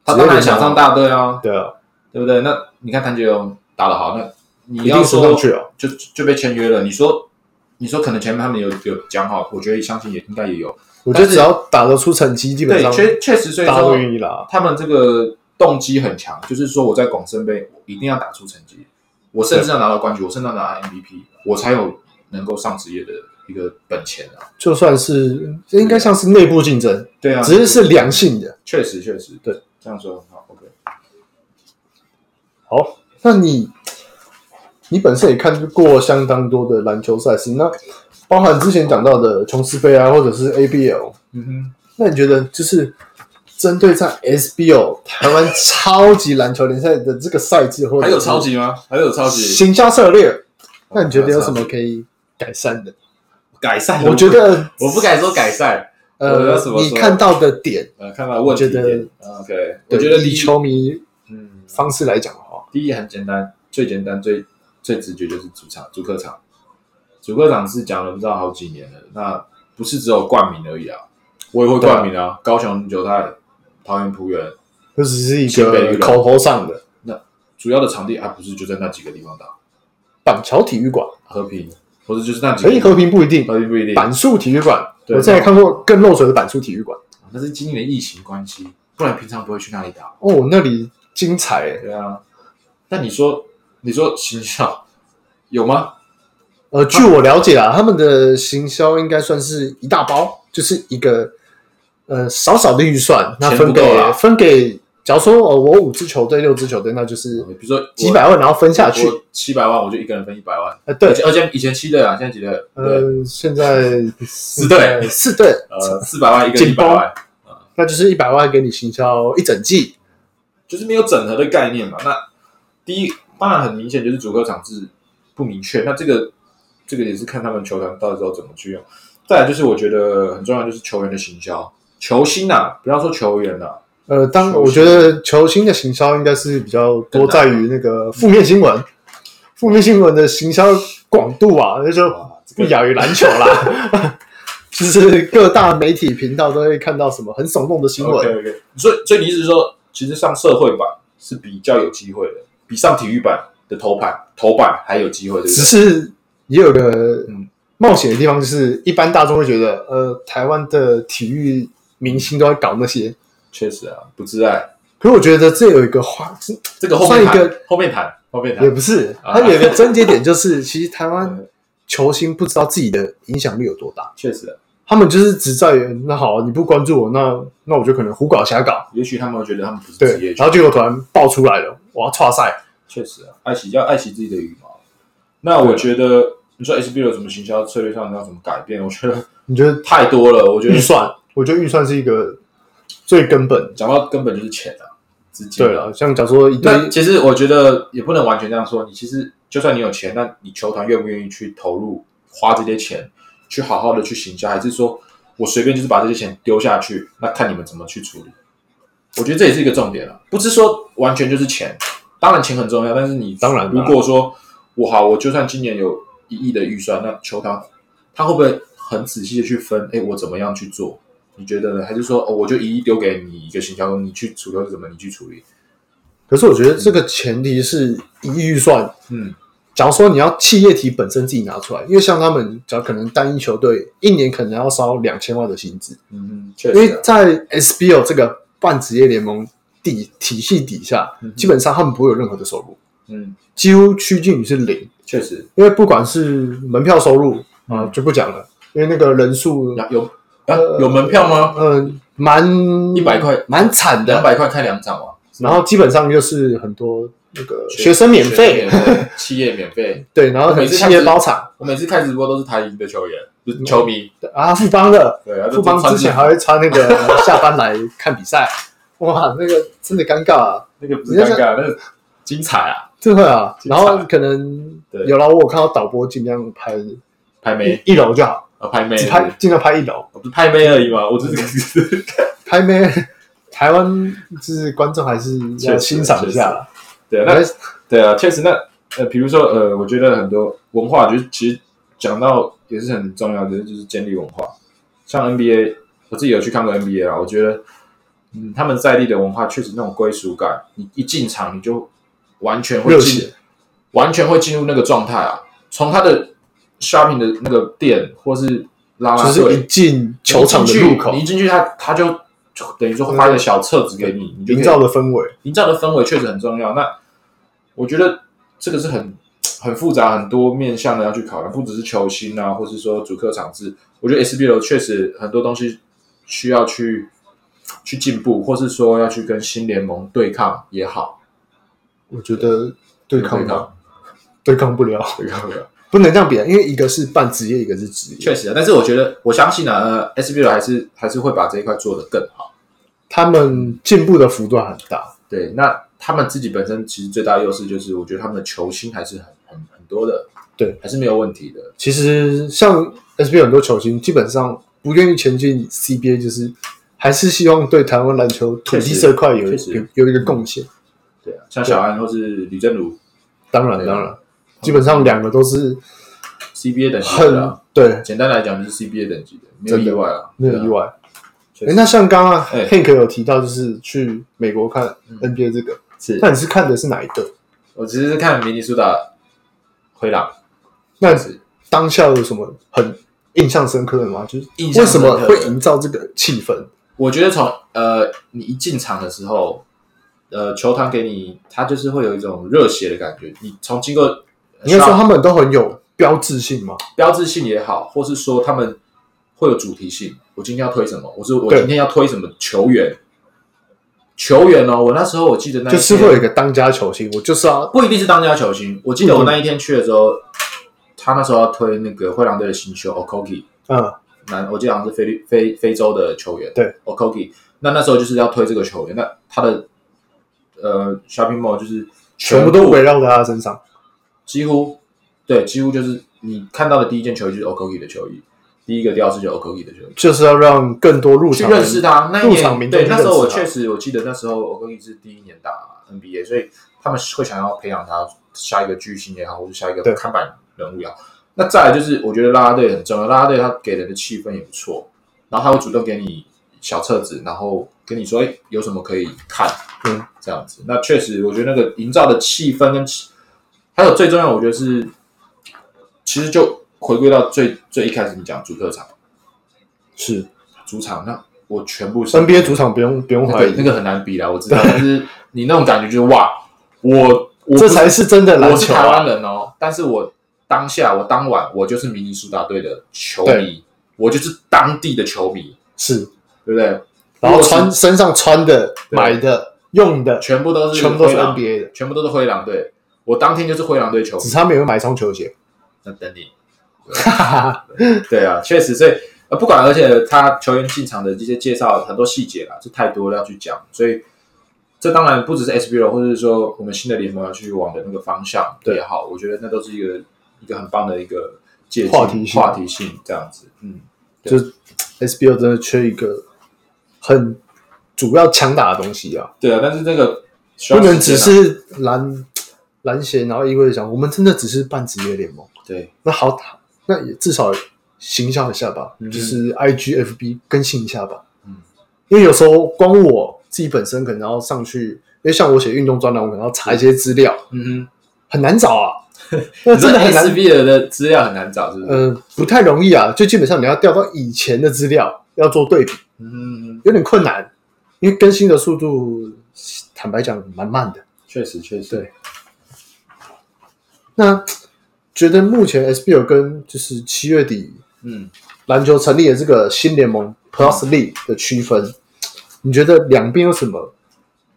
S2: 他
S1: 职业
S2: 当然
S1: 联
S2: 想
S1: 盟
S2: 上大队啊，
S1: 对啊，
S2: 对不对？那你看谭杰荣打得好，那你
S1: 一
S2: 要
S1: 定升上
S2: 说
S1: 去啊了。
S2: 就就被签约了，你说你说可能前面他们有有讲好，我觉得相信也应该也有。
S1: 我觉得
S2: 但是
S1: 只要打得出成绩，基本
S2: 对，
S1: 上
S2: 确确实，所以
S1: 大家都
S2: 说
S1: 愿意啦。
S2: 他们这个动机很强，就是说我在广深杯我一定要打出成绩，我甚至要拿到冠军，我甚至要拿到 MVP，我才有能够上职业的一个本钱啊。
S1: 就算是这应该像是内部竞争，
S2: 对啊，
S1: 只是是良性的。
S2: 确实确实，
S1: 对，
S2: 这样说很好。OK，
S1: 好，那你你本身也看过相当多的篮球赛事，那包含之前讲到的琼斯杯啊，或者是 ABL，
S2: 嗯哼，
S1: 那你觉得就是针对在 SBO 台湾超级篮球联赛的这个赛制，或者
S2: 还
S1: 是
S2: 有超级吗？还有超级
S1: 行销策略，那你觉得有什么可以改善的？
S2: 改善？
S1: 我觉
S2: [laughs]
S1: 得
S2: 我不敢说改善，我
S1: 呃
S2: 要怎，么
S1: 你
S2: 说
S1: 看到的点，
S2: 呃，看到问题
S1: 我觉得
S2: 点。OK，我觉得
S1: 对
S2: 第
S1: 以
S2: 一，
S1: 球迷
S2: 嗯，
S1: 方式来讲的话，
S2: 第一很简单，最简单最最直觉就是主场主客场，主客场是讲了不知道好几年了，那不是只有冠名而已啊，我也会冠名啊，高雄九泰、桃园璞园，
S1: 就只是一
S2: 新北
S1: 个
S2: 运动
S1: 口头上的
S2: 主要的场地还不是就在那几个地方打，
S1: 板桥体育馆，
S2: 和平或者就是那几个
S1: 哎，
S2: 地方，
S1: 和平不一定，
S2: 和平不一定，
S1: 板树体育馆，
S2: 对
S1: 我之前看过更漏水的板树体育馆，
S2: 啊那是今年疫情关系，不然平常不会去那里打。
S1: 哦，那里精彩欸，
S2: 对啊，那你说，你说行销有吗？
S1: 呃，据我了解啊，他们的行销应该算是一大包，就是一个呃少少的预算，那
S2: 钱
S1: 分
S2: 不够啦
S1: 给分给，假如说哦，我五支球队、六支球队，那就是
S2: 比如说
S1: 几百万，然后分下去。
S2: 七百万我就一个人分一百万。
S1: 呃，
S2: 而
S1: 对，
S2: 且而且以前七队啊，现在几队？对，
S1: 呃，现在四
S2: 队
S1: 四队，
S2: 呃，四百万一个一
S1: 紧绷
S2: 百万，
S1: 那就是一百万给你行销一整季，
S2: 就是没有整合的概念嘛。那第一，当然很明显就是主客场制不明确，那这个这个也是看他们球团到时候怎么去用。再来就是我觉得很重要，就是球员的行销，球星啊，不要说球员了、
S1: 呃，当
S2: 球
S1: 我
S2: 星
S1: 觉得球星的行销应该是比较多在于那个负面新闻， [laughs] 负面新闻的行销广度啊，那就
S2: 哇这
S1: 不
S2: 个
S1: 亚于篮球啦。 [laughs] 就是各大媒体频道都会看到什么很耸动的新
S2: OK
S1: 闻，
S2: OK，所以所以你意思是说，其实上社会版是比较有机会的，比上体育版的头版头版还有机会，对不
S1: 只
S2: 对？
S1: 是也有个
S2: 嗯
S1: 冒险的地方，就是一般大众会觉得，呃，台湾的体育明星都在搞那些，
S2: 确实啊，不自爱，
S1: 可是我觉得这有一个话，
S2: 这个后
S1: 算
S2: 面
S1: 一
S2: 谈，后面谈，后面
S1: 也
S2: 谈。
S1: 不是，
S2: 啊
S1: 它有一个症结点，就是其实台
S2: [laughs]
S1: 湾
S2: 嗯
S1: 球星不知道自己的影响力有多大，
S2: 确实啊，
S1: 他们就是只在于那好，你不关注我，那那我就可能胡搞瞎搞，
S2: 也许他们会觉得他们不是职
S1: 对，
S2: 业
S1: 然
S2: 球
S1: 后结果突然爆出来了，我要岔赛，
S2: 确实啊，爱惜要爱惜自己的羽毛。那我觉得你说 SBL 有什么行销策略上要怎么改变？我觉得
S1: 你觉得
S2: 太多了。我觉得
S1: 预
S2: [laughs]
S1: 算？我觉得预算是一个最根本，
S2: 讲到根本就是钱啊，资金
S1: 对
S2: 啊。
S1: 了，像假如说一堆
S2: 那其实我觉得也不能完全这样说。你其实就算你有钱，那你球团愿不愿意去投入花这些钱，去好好的去行销，还是说我随便就是把这些钱丢下去，那看你们怎么去处理？我觉得这也是一个重点了，不是说完全就是钱，当然钱很重要，但是你
S1: 当然
S2: 如果说我好，我就算今年有一亿的预算，那球团他会不会很仔细的去分？哎，我怎么样去做？你觉得呢？还是说，哦、我就一亿丢给你一个行销，你去处理或者怎么，你去处理？
S1: 可是我觉得这个前提是一亿预算。
S2: 嗯，
S1: 假如说你要企业体本身自己拿出来，因为像他们，假如可能单一球队一年可能要烧两千万的薪资，
S2: 嗯，确
S1: 因为
S2: 实、啊，
S1: 在 SBL 这个半职业联盟底体系底下，
S2: 嗯哼
S1: 基本上他们不会有任何的收入，
S2: 嗯，
S1: 几乎趋近于是零。
S2: 确实，
S1: 因为不管是门票收入啊、
S2: 嗯
S1: 就不讲了，因为那个人数，
S2: 有有啊，
S1: 呃
S2: 有门票吗？
S1: 嗯，蛮
S2: 一百块，
S1: 蛮惨
S2: 两
S1: 的。
S2: 百块看两场啊嘛，
S1: 然后基本上就是很多那个学生免费，
S2: 学生免费，企业免费。
S1: 对，然后
S2: 每
S1: 很
S2: 次
S1: 企
S2: 看
S1: 业
S2: 直
S1: 包场
S2: 我每次看直播都是台银的球员，就是球迷，
S1: 啊，富邦的。
S2: 对，啊，
S1: 富邦之前还会穿那个 [laughs] 下班来看比赛，哇，那个真的尴尬、啊，
S2: 那个不是尴尬，那个精彩啊，
S1: 真的啊。
S2: 精彩
S1: 然后可能
S2: 对
S1: 有了我有看到导播尽量拍一
S2: 拍妹
S1: 一楼就好，
S2: 啊，拍妹，
S1: 只拍嗯尽量拍一楼，
S2: 我不是拍妹而已嘛，我只是
S1: 拍没 [laughs] 台湾就是观众还是要
S2: 确实
S1: 欣赏一下啦。
S2: [laughs] 对啊，那
S1: 来
S2: 对啊，确实那，呃，比如说呃，我觉得很多文化，就是其实讲到也是很重要的，就是建立文化。像 NBA，我自己有去看过 NBA 啊，我觉得，嗯，他们在地的文化确实那种归属感，你一进场你就完全会
S1: 热
S2: 进
S1: 血，
S2: 完全会进入那个状态啊。从他的 shopping 的那个店，或是拉
S1: 就
S2: 拉
S1: 是
S2: 队
S1: 一进球场的入口
S2: 你一，进去，你一进去他他就就等于说发一个小册子给你，你就可
S1: 营
S2: 以
S1: 造的氛围，
S2: 营造的氛围确实很重要。那我觉得这个是很很复杂、很多面向的要去考量，不只是球星啊，或是说主客场制。我觉得 SBL 确实很多东西需要去去进步，或是说要去跟新联盟对抗也好，
S1: 我觉得对抗
S2: 对抗
S1: 对抗不了， [laughs]
S2: 对抗对抗
S1: 不能这样比啊，因为一个是半职业，一个是职业，
S2: 确实啊。但是我觉得我相信啊、呃、，SBL 还是还是会把这一块做得更好。
S1: 他们进步的幅度很大。
S2: 对，那他们自己本身其实最大的优势就是，我觉得他们的球星还是很很很多的，
S1: 对，
S2: 还是没有问题的。
S1: 其实像 SBL 很多球星，基本上不愿意前进 CBA，就是还是希望对台湾篮球土地这块有
S2: 确实
S1: 有有一个贡献。
S2: 对啊，像小安或是吕正如
S1: 当然，
S2: 对啊
S1: 当然，基本上两个都是
S2: CBA 等级的
S1: 很
S2: 啊，
S1: 对，
S2: 简单来讲就是 CBA 等级的，没有
S1: 真的
S2: 意外啊，
S1: 没有
S2: 对啊
S1: 意。外。
S2: 确
S1: 哎
S2: 实，
S1: 那像刚刚
S2: 哎嗯
S1: Hank 有提到，就是去美国看 NBA 这个，
S2: 是
S1: 那你是看的是哪一个？
S2: 我其实是看明尼苏达灰狼，
S1: 那
S2: 是
S1: 当下有什么很印象深刻的吗？就是
S2: 印象
S1: 为什
S2: 深刻
S1: 么会营造这个气氛？
S2: 我觉得从呃你一进场的时候，呃球团给你，他就是会有一种热血的感觉。你从经过呃
S1: 应该说
S2: 啊
S1: 他们都很有标志性嘛。
S2: 标志性也好，或是说他们会有主题性。我今天要推什么？我是我
S1: 对
S2: 今天要推什么球员？球员哦，我那时候我记得那一
S1: 就是
S2: 天
S1: 会有一个当家球星，我就是要
S2: 不一定是当家球星。我记
S1: 嗯
S2: 得我那一天去的时候，他那时候要推那个灰狼队的新秀 Okogi，
S1: 嗯，
S2: 南我记得好像是菲律非非洲的球员，
S1: 对
S2: Okogi。那那时候就是要推这个球员，那他的呃 shopping mall 就是
S1: 全部都围绕在他身上。
S2: 几乎对几乎就是你看到的第一件球衣就是 Okogi 的球衣，第一个调是就 Okogi 的球员，
S1: 就是要让更多入
S2: 去
S1: 场
S2: 认识他。那一
S1: 入场
S2: 年
S1: 民众
S2: 对
S1: 去
S2: 那时候我
S1: 认识他
S2: 确实我记得那时候 Okogi 是第一年打 NBA，所以他们会想要培养他下一个巨星也好，或者下一
S1: 对
S2: 个看板人物也好。那再来就是我觉得啦啦队很重要，啦啦队他给人的气氛也不错，然后他会主动给你小册子，然后跟你说哎有什么可以看，
S1: 嗯，
S2: 这样子。那确实，我觉得那个营造的气氛跟气还有最重要的，我觉得是其实就回归到最最一开始你讲主客场。
S1: 是
S2: 主场，那我全部是
S1: NBA 主场不用不用
S2: 那
S1: 怀
S2: 个
S1: 疑，
S2: 那个很难比啦，我知道，但是你那种感觉就是哇，我我
S1: 这
S2: 不
S1: 才是真的篮
S2: 我是
S1: 球
S2: 台
S1: 啊！
S2: 湾人哦，但是我当下我当晚我就是明尼苏达队的球迷，我就是当地的球迷，
S1: 是，
S2: 对不对？
S1: 然后
S2: 如果是
S1: 穿身上穿的、
S2: 对
S1: 买的、用的，
S2: 全部都是
S1: 全部都是
S2: 灰狼
S1: NBA 的，
S2: 全部都是灰狼队，我当天就是灰狼队球迷
S1: 只，差没有买一双球鞋。
S2: 那等你。
S1: 哈哈哈，
S2: [laughs] 对啊，确实，所以呃，不管，而且他球员进场的这些介绍很多细节啦，这太多了要去讲，所以这当然不只是 SBL，或者是说我们新的联盟要去往的那个方向
S1: 对
S2: 也好，我觉得那都是一个一个很棒的一个借鉴
S1: 话题性
S2: 话题性这样子，嗯，对
S1: 就是 SBL 真的缺一个很主要强打的东西啊，
S2: 对啊，但是这个需
S1: 不
S2: 要
S1: 能只
S2: 时间啊
S1: 是篮篮协，然后意味着讲我们真的只是半职业联盟。
S2: 对
S1: 那好，那也至少形象一下吧，
S2: 嗯
S1: 就是 IGFB 更新一下吧。
S2: 嗯，
S1: 因为有时候光我自己本身可能要上去，因为像我写运动专栏，我可能要查一些资料，
S2: 嗯
S1: 很难找
S2: [laughs]
S1: 啊，
S2: 哼，
S1: 那 [laughs] 真的很难。
S2: SBL 的资料很难找，是不是？
S1: 嗯、不太容易啊，就基本上你要调到以前的资料，要做对比，
S2: 嗯，
S1: 有点困难，因为更新的速度，坦白讲蛮慢的。
S2: 确实确实，
S1: 对那觉得目前 SBL 跟就是七月底
S2: 嗯，
S1: 篮球成立的这个新联盟 Plus League 的区分，你觉得两边有什么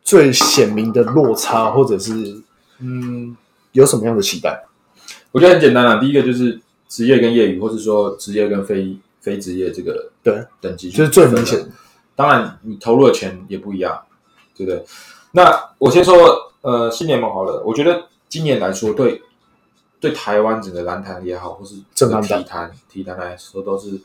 S1: 最显明的落差，或者是
S2: 嗯，
S1: 有什么样的期待？
S2: 我觉得很简单啦，啊第一个就是职业跟业余，或是说职业跟非非职业这个
S1: 对
S2: 等级，啊
S1: 就是最明显的。
S2: 当然，你投入的钱也不一样，对不对？那我先说，呃，新联盟好了，我觉得今年来说，对对台湾整个篮坛也好，或是整个
S1: 震撼弹
S2: 体坛体坛来说，都是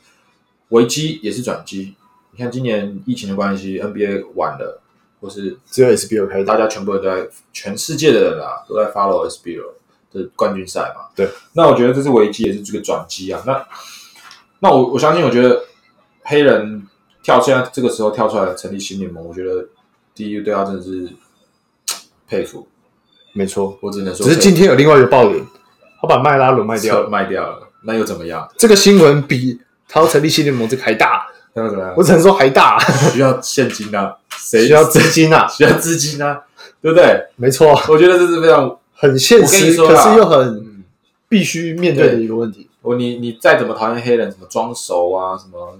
S2: 危机也是转机。你看今年疫情的关系，NBA 晚了，或是
S1: 只有 SBL 开打，
S2: 大家全部人都在全世界的人啊，都在 follow SBL 的冠军赛嘛。
S1: 对，
S2: 那我觉得这是危机，也是这个转机啊。那那我我相信，我觉得黑人跳现在这个时候跳出来成立新联盟，我觉得第一对他真的是佩服，
S1: 没错。
S2: 我只能说
S1: 只是今天有另外一个爆点，他把麦拉伦卖
S2: 卖
S1: 掉
S2: 掉
S1: 了。
S2: 卖掉了，那又怎么样？
S1: 这个新闻比他要成立新联盟这个还大，
S2: 那又怎么样
S1: 我？只能说还大，
S2: 需要现金啊，谁
S1: 需要资金啊，
S2: [laughs] 需要资金啊，对不对？
S1: 没错，
S2: 我觉得这是非常
S1: 很现
S2: 我跟你
S1: 实，
S2: 说啊
S1: 可
S2: 啦
S1: 是又很
S2: 嗯。
S1: 必须面对的一个问题。
S2: 我哦你你再怎么讨厌黑人，什么装熟啊，什么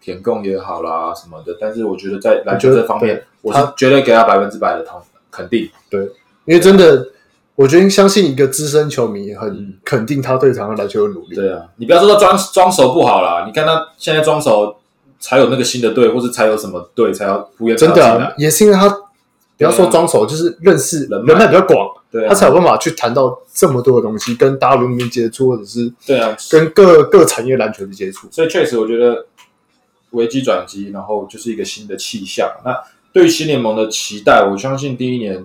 S2: 舔共也好啦，什么的，但是我觉得在篮球
S1: 我觉得
S2: 这方面，我
S1: 他
S2: 是绝对给他百分之百的同肯定。
S1: 因为真的，我觉得相信一个资深球迷很
S2: 嗯
S1: 肯定他对台湾篮球的努力。
S2: 对啊，你不要说他装装熟不好啦，你看他现在装熟才有那个新的队，或是才有什么队才要不愿
S1: 真的
S2: 的、
S1: 啊、也是因为他不要说装熟，就是认识
S2: 人脉
S1: 人脉比较广，
S2: 对啊，
S1: 他才有办法去谈到这么多的东西，跟大陆那边接触，或者是
S2: 对啊，
S1: 跟各各产业篮球的接触。
S2: 所以确实我觉得危机转机，然后就是一个新的气象。那对于新联盟的期待，我相信第一年，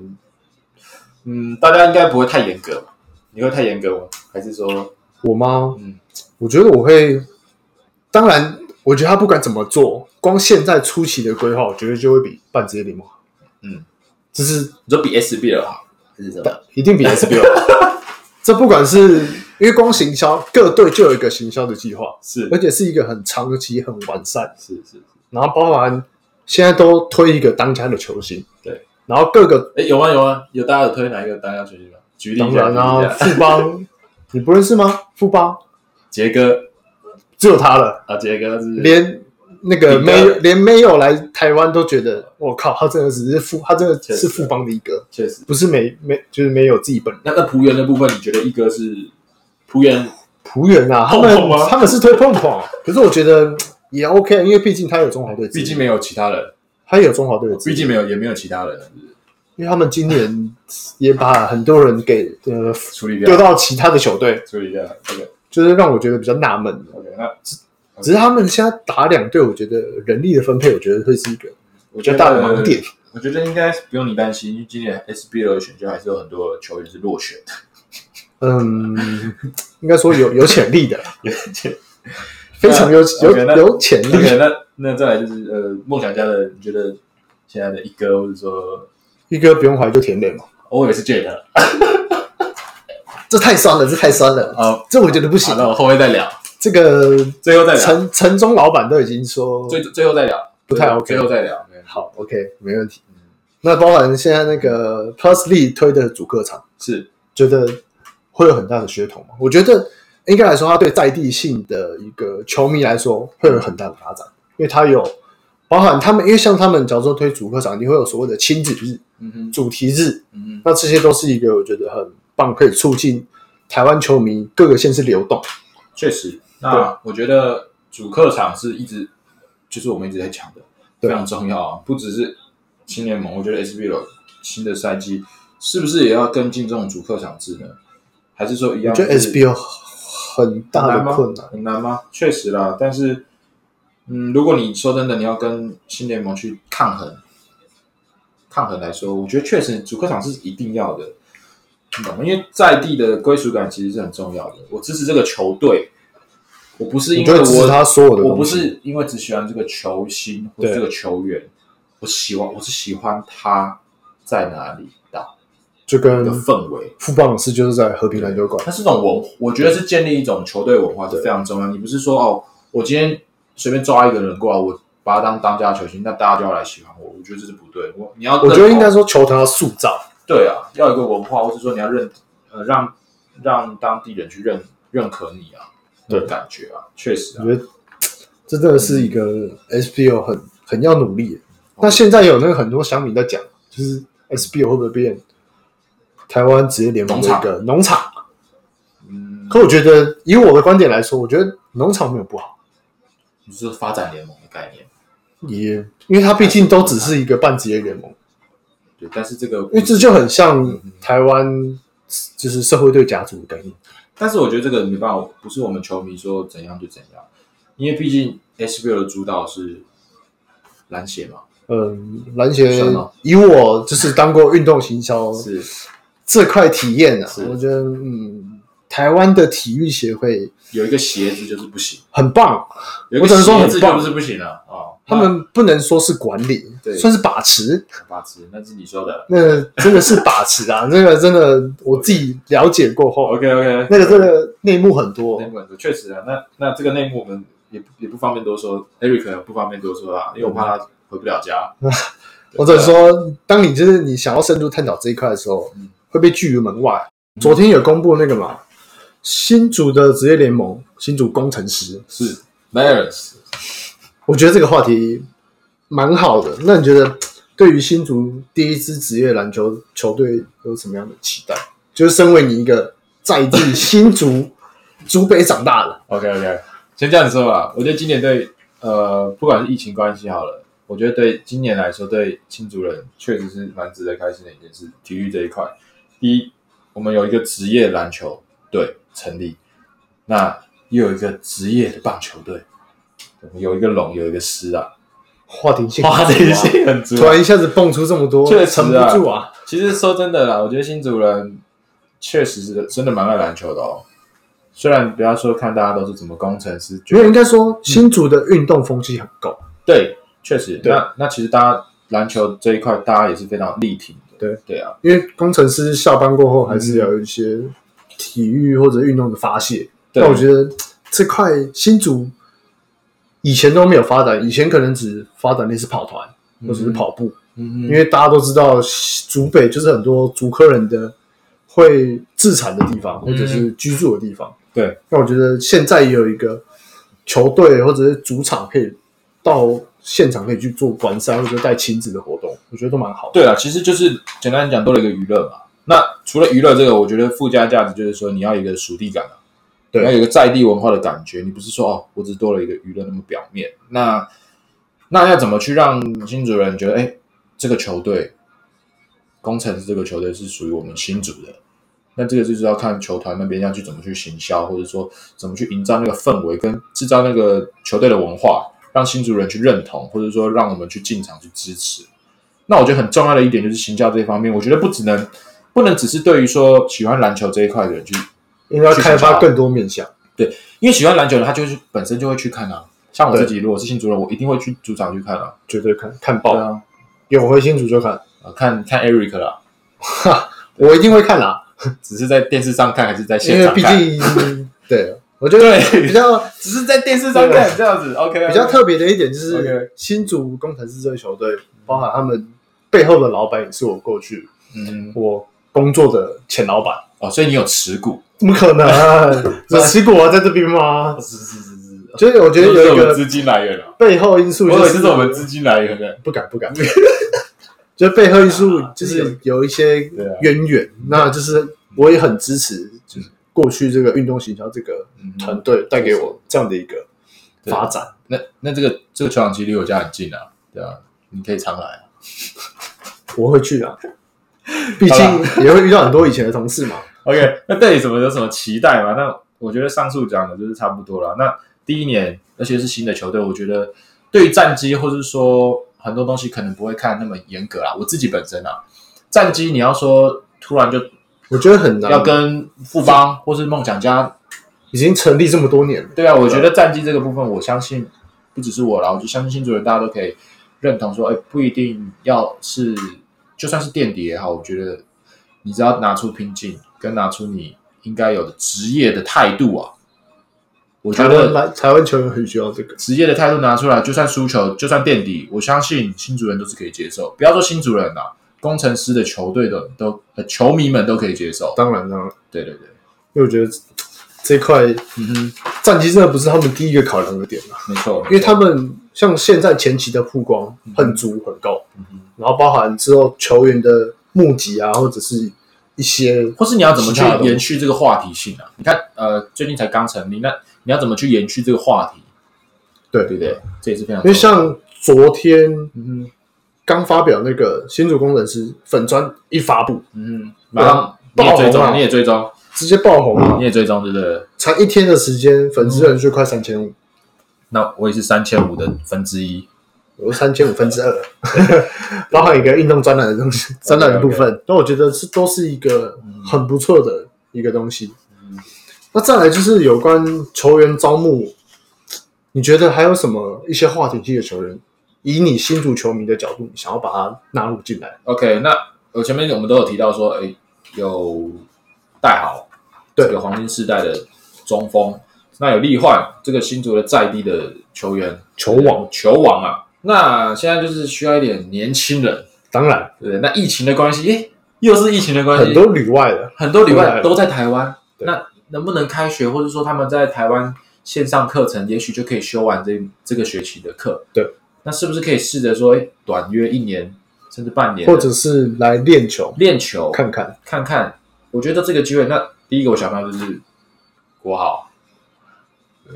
S2: 嗯，大家应该不会太严格吧，你会太严格吗？还是说，
S1: 我吗？
S2: 嗯，
S1: 我觉得我会，当然，我觉得他不管怎么做，光现在初期的规划，我觉得就会比半职业联盟好。
S2: 嗯，
S1: 就是
S2: 你说比 SBL 好，还是什么？
S1: 一定比 SBL 好。这不管是因为光行销，各队就有一个行销的计划，
S2: 是
S1: 而且是一个很长期、很完善。
S2: 是是，
S1: 然后包含现在都推一个当家的球星，
S2: 对，
S1: 然后各个
S2: 哎，有吗？有吗？有大家有推哪一个单家球星吗？举例一
S1: 当
S2: 下，
S1: 然啊，
S2: 举例一下
S1: 富
S2: [laughs]
S1: 邦，你不认识吗？富邦
S2: 杰哥
S1: 只有他了，
S2: 啊，杰哥是
S1: 连那个
S2: 彼
S1: 没
S2: 得
S1: 有连没有来台湾都觉得，我靠，他真的只是富，他真的
S2: 确
S1: 是
S2: 实
S1: 富邦的一哥，
S2: 确实。
S1: 不是没没就是没有自己本人。
S2: 那那仆员的部分，你觉得一哥是仆员？
S1: 浦原啊，他
S2: 碰
S1: 们
S2: 碰吗
S1: 他们是推碰碰，啊可是我觉得嗯也 OK，因为毕竟他有中华队，
S2: 毕竟没有哦其他人，
S1: 他有中华队的资
S2: 毕
S1: 历，
S2: 竟没有也没有其他人是不是
S1: 因为他们今年也把很多人给呃
S2: 处理掉
S1: 丢，到其他的球队，
S2: 处理掉这个。
S1: 就是让我觉得比较纳闷的。
S2: OK，那
S1: 只是他们现在打两队，我觉得人力的分配，我觉得会是一个
S2: 我
S1: 比较大的盲点。。
S2: 我觉得应该不用你担心，因为今年 SBL 的选秀还是有很多球员是落选
S1: [laughs]
S2: 的。
S1: 嗯，应该说有有潜力的，非常有有
S2: OK，那
S1: 有潜力。
S2: OK，那那再来就是呃，梦想家的，你觉得现在的一哥，或者说
S1: 一哥不用怀就田磊嘛，
S2: 我也是 Jade 啊，
S1: 这太酸了，这太酸了，
S2: 好
S1: 这我觉得不行。
S2: 那我后面再聊，
S1: 这个
S2: 最后再聊，
S1: 陈陈忠老板都已经说
S2: 啊最最后再聊，
S1: 不太 OK
S2: 最后再聊。
S1: 好，OK，没问题。那包含现在那个 Plusly 推的主客场，
S2: 是
S1: 觉得会有很大的噱头吗？我觉得应该来说，它对在地性的一个球迷来说会有很大的发展，因为它有包含他们，因为像他们假如说推主客场，你会有所谓的亲子日、
S2: 嗯哼，
S1: 主题日，
S2: 嗯哼，
S1: 那这些都是一个我觉得很棒，可以促进台湾球迷各个县市流动。
S2: 确实。那我觉得主客场是一直就是我们一直在讲的，
S1: 对
S2: 非常重要啊，不只是新联盟，我觉得 SBL 新的赛季是不是也要跟进这种主客场制呢？还是说一
S1: 我
S2: 样嗯是？
S1: 觉得 SBL 很大
S2: 很难
S1: 的
S2: 吗
S1: 困难，
S2: 很难吗？确实啦，但是，嗯，如果你说真的你要跟新联盟去抗衡，抗衡来说，我觉得确实主客场是一定要的，你懂吗？因为在地的归属感其实是很重要的。我支持这个球队，我不是
S1: 你
S2: 因为
S1: 就只
S2: 我
S1: 是他所有的东西，
S2: 我不是因为只喜欢这个球星或者
S1: 对
S2: 这个球员，我喜欢我是喜欢他在哪里打
S1: 就
S2: 的
S1: 跟
S2: 氛围。
S1: 富邦老师就是在和平篮球馆，
S2: 它是一种文，我觉得是建立一种球队文化是非常重要。你不是说哦，我今天随便抓一个人过来，我把他当当家球星，那大家就要来喜欢我，我觉得这是不对。我你要认
S1: 我
S2: 同，
S1: 觉得应该说球团要塑造，
S2: 对啊，要有一个文化，或是说你要认呃让让当地人去认认可你啊，
S1: 对
S2: 的感觉啊，确实
S1: 我
S2: 啊，
S1: 觉得这真的是一
S2: 嗯
S1: 个 SBO 很很要努力的。
S2: 哦
S1: 那现在有那个很多乡民在讲，就是 SBO 会不会变台湾职业联盟的一个农场？
S2: 嗯，
S1: 可我觉得以我的观点来说，我觉得农场没有不好，
S2: 你是发展联盟的概念，
S1: 也因为它毕竟都只是一个半职业联盟，
S2: 对，但是这个
S1: 因为这就很
S2: 嗯
S1: 像台湾就是社会队甲组的概念。
S2: 但是我觉得这个没办法，不是我们球迷说怎样就怎样，因为毕竟 SBL 的主导是篮协嘛，
S1: 嗯，篮协
S2: 算吗
S1: 以我就是当过运动行销
S2: 啊是
S1: 这块体验啊
S2: 是，
S1: 我觉得嗯，台湾的体育协会
S2: 有一个鞋子就是不行，
S1: 很棒，
S2: 有一
S1: 我
S2: 个
S1: 只能说
S2: 鞋
S1: 很
S2: 子就
S1: 棒
S2: 不是不行了啊。
S1: 他们不能说是管理
S2: 对，
S1: 算是把持。
S2: 那八字，那是你说的。
S1: 那真的是把持啊，这个真的我自己了解过后，
S2: OK OK，
S1: 那个真的内幕很
S2: 内
S1: 多。
S2: 幕很多，确实啊。那那这个内幕我们也不也不方便多说，Eric 也不方便多说啊，因为我怕他回不了家。
S1: 我只能说，当你就是你想要深入探讨这一块的时候
S2: 嗯，
S1: 会被拒于门外。昨天有公布那个嘛，新竹的职业联盟，新竹工程师，
S2: 是 Lars，
S1: 我觉得这个话题蛮好的。那你觉得对于新竹第一支职业篮球球队有什么样的期待？就是身为你一个在地
S2: [laughs]
S1: 新竹竹北长大的，
S2: OK OK，先这样子说吧。我觉得今年对呃，不管是疫情关系好了，我觉得对今年来说，对新竹人确实是蛮值得开心的一件事。体育这一块，第一，我们有一个职业篮球队成立，那又有一个职业的棒球队，我们有一个龙，有一个狮啊，
S1: 话题性
S2: [laughs] 哇，这
S1: 很
S2: 一
S1: 足啊
S2: 些很足
S1: 突然一下子蹦出这么多，
S2: 确实
S1: 沉不
S2: 啊
S1: 住啊！
S2: 其实说真的啦，我觉得新主人确实是真的蛮爱篮球的哦。虽然不要说看大家都是怎么工程师，
S1: 因为应该说新竹的运动风气很够，
S2: 对，确实。
S1: 对
S2: 那那其实大家篮球这一块，大家也是非常力挺的。
S1: 对
S2: 对啊，
S1: 因为工程师下班过后还是要有一些体育或者运动的发泄。
S2: 对
S1: 那我觉得这块新竹以前都没有发展，以前可能只发展类似跑团或者是跑步，
S2: 嗯
S1: 因为大家都知道竹北就是很多竹科人的会自产的地方或者是居住的地方。
S2: 嗯对，
S1: 那我觉得现在也有一个球队或者是主场可以到现场可以去做观赛或者带亲子的活动，我觉得都蛮好的。
S2: 对啊，其实就是简单讲，多了一个娱乐嘛。那除了娱乐这个，我觉得附加价值就是说，你要有一个属地感啊，
S1: 对
S2: 你要有一个在地文化的感觉。你不是说哦，我只多了一个娱乐那么表面。那那要怎么去让新主人觉得，哎，这个球队，工程师这个球队是属于我们新主的，那这个就是要看球团那边要去怎么去行销，或者说怎么去营造那个氛围，跟制造那个球队的文化，让新主人去认同，或者说让我们去进场去支持。那我觉得很重要的一点就是行销这一方面，我觉得不只能不能只是对于说喜欢篮球这一块的人去，
S1: 应该开发更多面向。
S2: 因为喜欢篮球的人他就是本身就会去看啊。像我自己，如果是新主人，我一定会去主场去看啊。
S1: 绝对看看
S2: 对
S1: 爆，
S2: 啊，
S1: 有回新竹就看，
S2: 呃看看 Eric 啦，
S1: 我一定会看啦，
S2: 只是在电视上看还是在
S1: 因
S2: 现
S1: 为
S2: 场
S1: 毕
S2: 看？
S1: 竟 [laughs] 对我觉得
S2: 对，
S1: 比较
S2: 只是在电视上看这样子，OK，
S1: 啊比较特别的一点就是
S2: OK
S1: 新竹工程师这个球队，包含他们背后的老板也是我过去
S2: 嗯
S1: 我工作的前老板，
S2: 哦，所以你有持股，
S1: 怎么 [laughs] 可能？有持股啊，在这边吗？
S2: 是是是是，
S1: 所以我觉
S2: 这
S1: 得
S2: 是
S1: 有
S2: 我
S1: 一
S2: 们
S1: 个
S2: 资金来源了，
S1: 背后因素，
S2: 我以
S1: 就
S2: 为这是我们资金来源的，
S1: 不敢不
S2: [laughs]
S1: 敢，就是背后因素就是有一些
S2: 啊对啊
S1: 渊源，那就是我也很支持，就是过去这个运动行销这个
S2: 嗯
S1: 团队带给我这样的一个发展。
S2: 那那这个这个球场其实离我家很近啊，对啊，你可以常来啊。
S1: 我会去的，毕
S2: 好
S1: 竟也会遇到很多以前的同事嘛。
S2: OK，那对你什么有什么期待吗？那我觉得上述讲的就是差不多了。那第一年，而且是新的球队，我觉得对于战绩或是说很多东西可能不会看那么严格啦。我自己本身啊，战绩你要说突然就
S1: 我觉得很难，
S2: 要跟富邦或是梦想家，
S1: 已经成立这么多年了，
S2: 对啊，我觉得战绩这个部分，我相信不只是我啦，我就相信新主人大家都可以认同说，哎，不一定要是就算是垫底也好，我觉得你只要拿出拼劲，跟拿出你应该有的职业的态度啊，我觉
S1: 台湾
S2: 得
S1: 来台湾球员很需要这个。
S2: 职业的态度拿出来，就算输球，就算垫底，我相信新主人都是可以接受。不要说新主人啦、工程师的球队的都呃球迷们都可以接受。
S1: 当然，当然，
S2: 对对对，
S1: 因为我觉得这块
S2: 嗯哼，
S1: 战绩真的不是他们第一个考量的点啊，
S2: 没错，
S1: 因为他们像现在前期的曝光很足很高，然后包含之后球员的募集啊，或者是一些
S2: 或是你要怎么去
S1: 其他的
S2: 延续这个话题性啊？你看，呃，最近才刚成立，那你要怎么去延续这个话题，
S1: 对
S2: 对不对？这也是非常
S1: 因为像昨天
S2: 嗯哼
S1: 刚发表那个新竹工程师粉砖一发布，
S2: 嗯哼，马上你
S1: 对啊
S2: 也追
S1: 爆红啊
S2: 踪，你也追踪，
S1: 直接爆红啊
S2: 你！也追踪，对不对？
S1: 才一天的时间，粉丝人数快三千五，
S2: 那我也是三千五的分之一，
S1: 有三千五分之二， [laughs] 包含一个运动专栏的东
S2: [laughs]
S1: 西，专栏的部分，那我觉得是都是一个
S2: 嗯
S1: 很不错的一个东西。那再来就是有关球员招募，你觉得还有什么一些话题性的球员，以你新主球迷的角度，你想要把它纳入进来？
S2: OK，那我前面我们都有提到说，哎，有戴豪，
S1: 对
S2: 这个黄金世代的中锋，那有利焕这个新竹的在地的球员，
S1: 球王，
S2: 球王啊。那现在就是需要一点年轻人，
S1: 当然
S2: 对不对？那疫情的关系，诶，又是疫情的关系，
S1: 很多旅外的，
S2: 很多旅
S1: 回来
S2: 外
S1: 了
S2: 都在台湾，
S1: 对
S2: 那能不能开学，或者说他们在台湾线上课程，也许就可以修完这这个学期的课，
S1: 对，
S2: 那是不是可以试着说，哎，短约一年甚至半年的，
S1: 或者是来练球
S2: 练球
S1: 看看，
S2: 看看，我觉得这个机会，那第一个我想到就是国豪，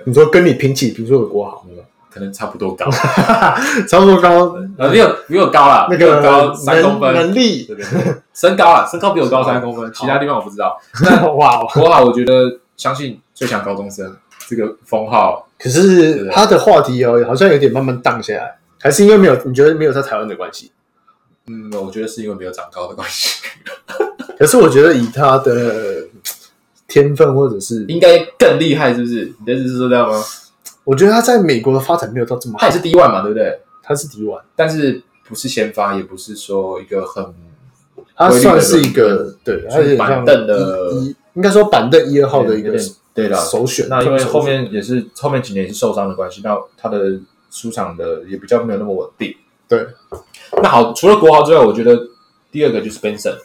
S1: 你说跟你平起平坐的国豪，
S2: 可能差
S1: [laughs]
S2: 不多高，
S1: 差不多高，
S2: 呃，没有没有高啦，
S1: 那
S2: 比我
S1: 个
S2: 高三公
S1: 能
S2: 分，
S1: 能力，
S2: 对对对，身高啦，身高比我高三公分，其他地方我不知道。
S1: [laughs] 哇哦！
S2: 国豪，啊我觉得相信最强高中生这个封号，
S1: 可
S2: 啊
S1: 是他的话题哦，好像有点慢慢荡下来，还是因为没有？你觉得没有在台湾的关系？
S2: 嗯，我觉得是因为没有长高的关系，
S1: 可是我觉得以他的呃天分，或者是
S2: 应该更厉害，是不是？你的意思是说这样吗？
S1: 我觉得他在美国的发展没有到这么
S2: 他
S1: 好
S2: 也，是 D one 嘛，对不对？
S1: 他是底碗，
S2: 但是不是先发，也不是说一个很
S1: 他算是一个对，他有点
S2: 板
S1: 像
S2: 凳的
S1: 一，一应该说板凳一二号的一
S2: 有
S1: 个
S2: 点对啦。
S1: 首选。啊
S2: 那因为
S1: 首选
S2: 后面也是后面几年也是受伤的关系，那他的出场的也比较没有那么稳定。
S1: 对
S2: 那好，除了国豪之外，我觉得第二个就是 Benson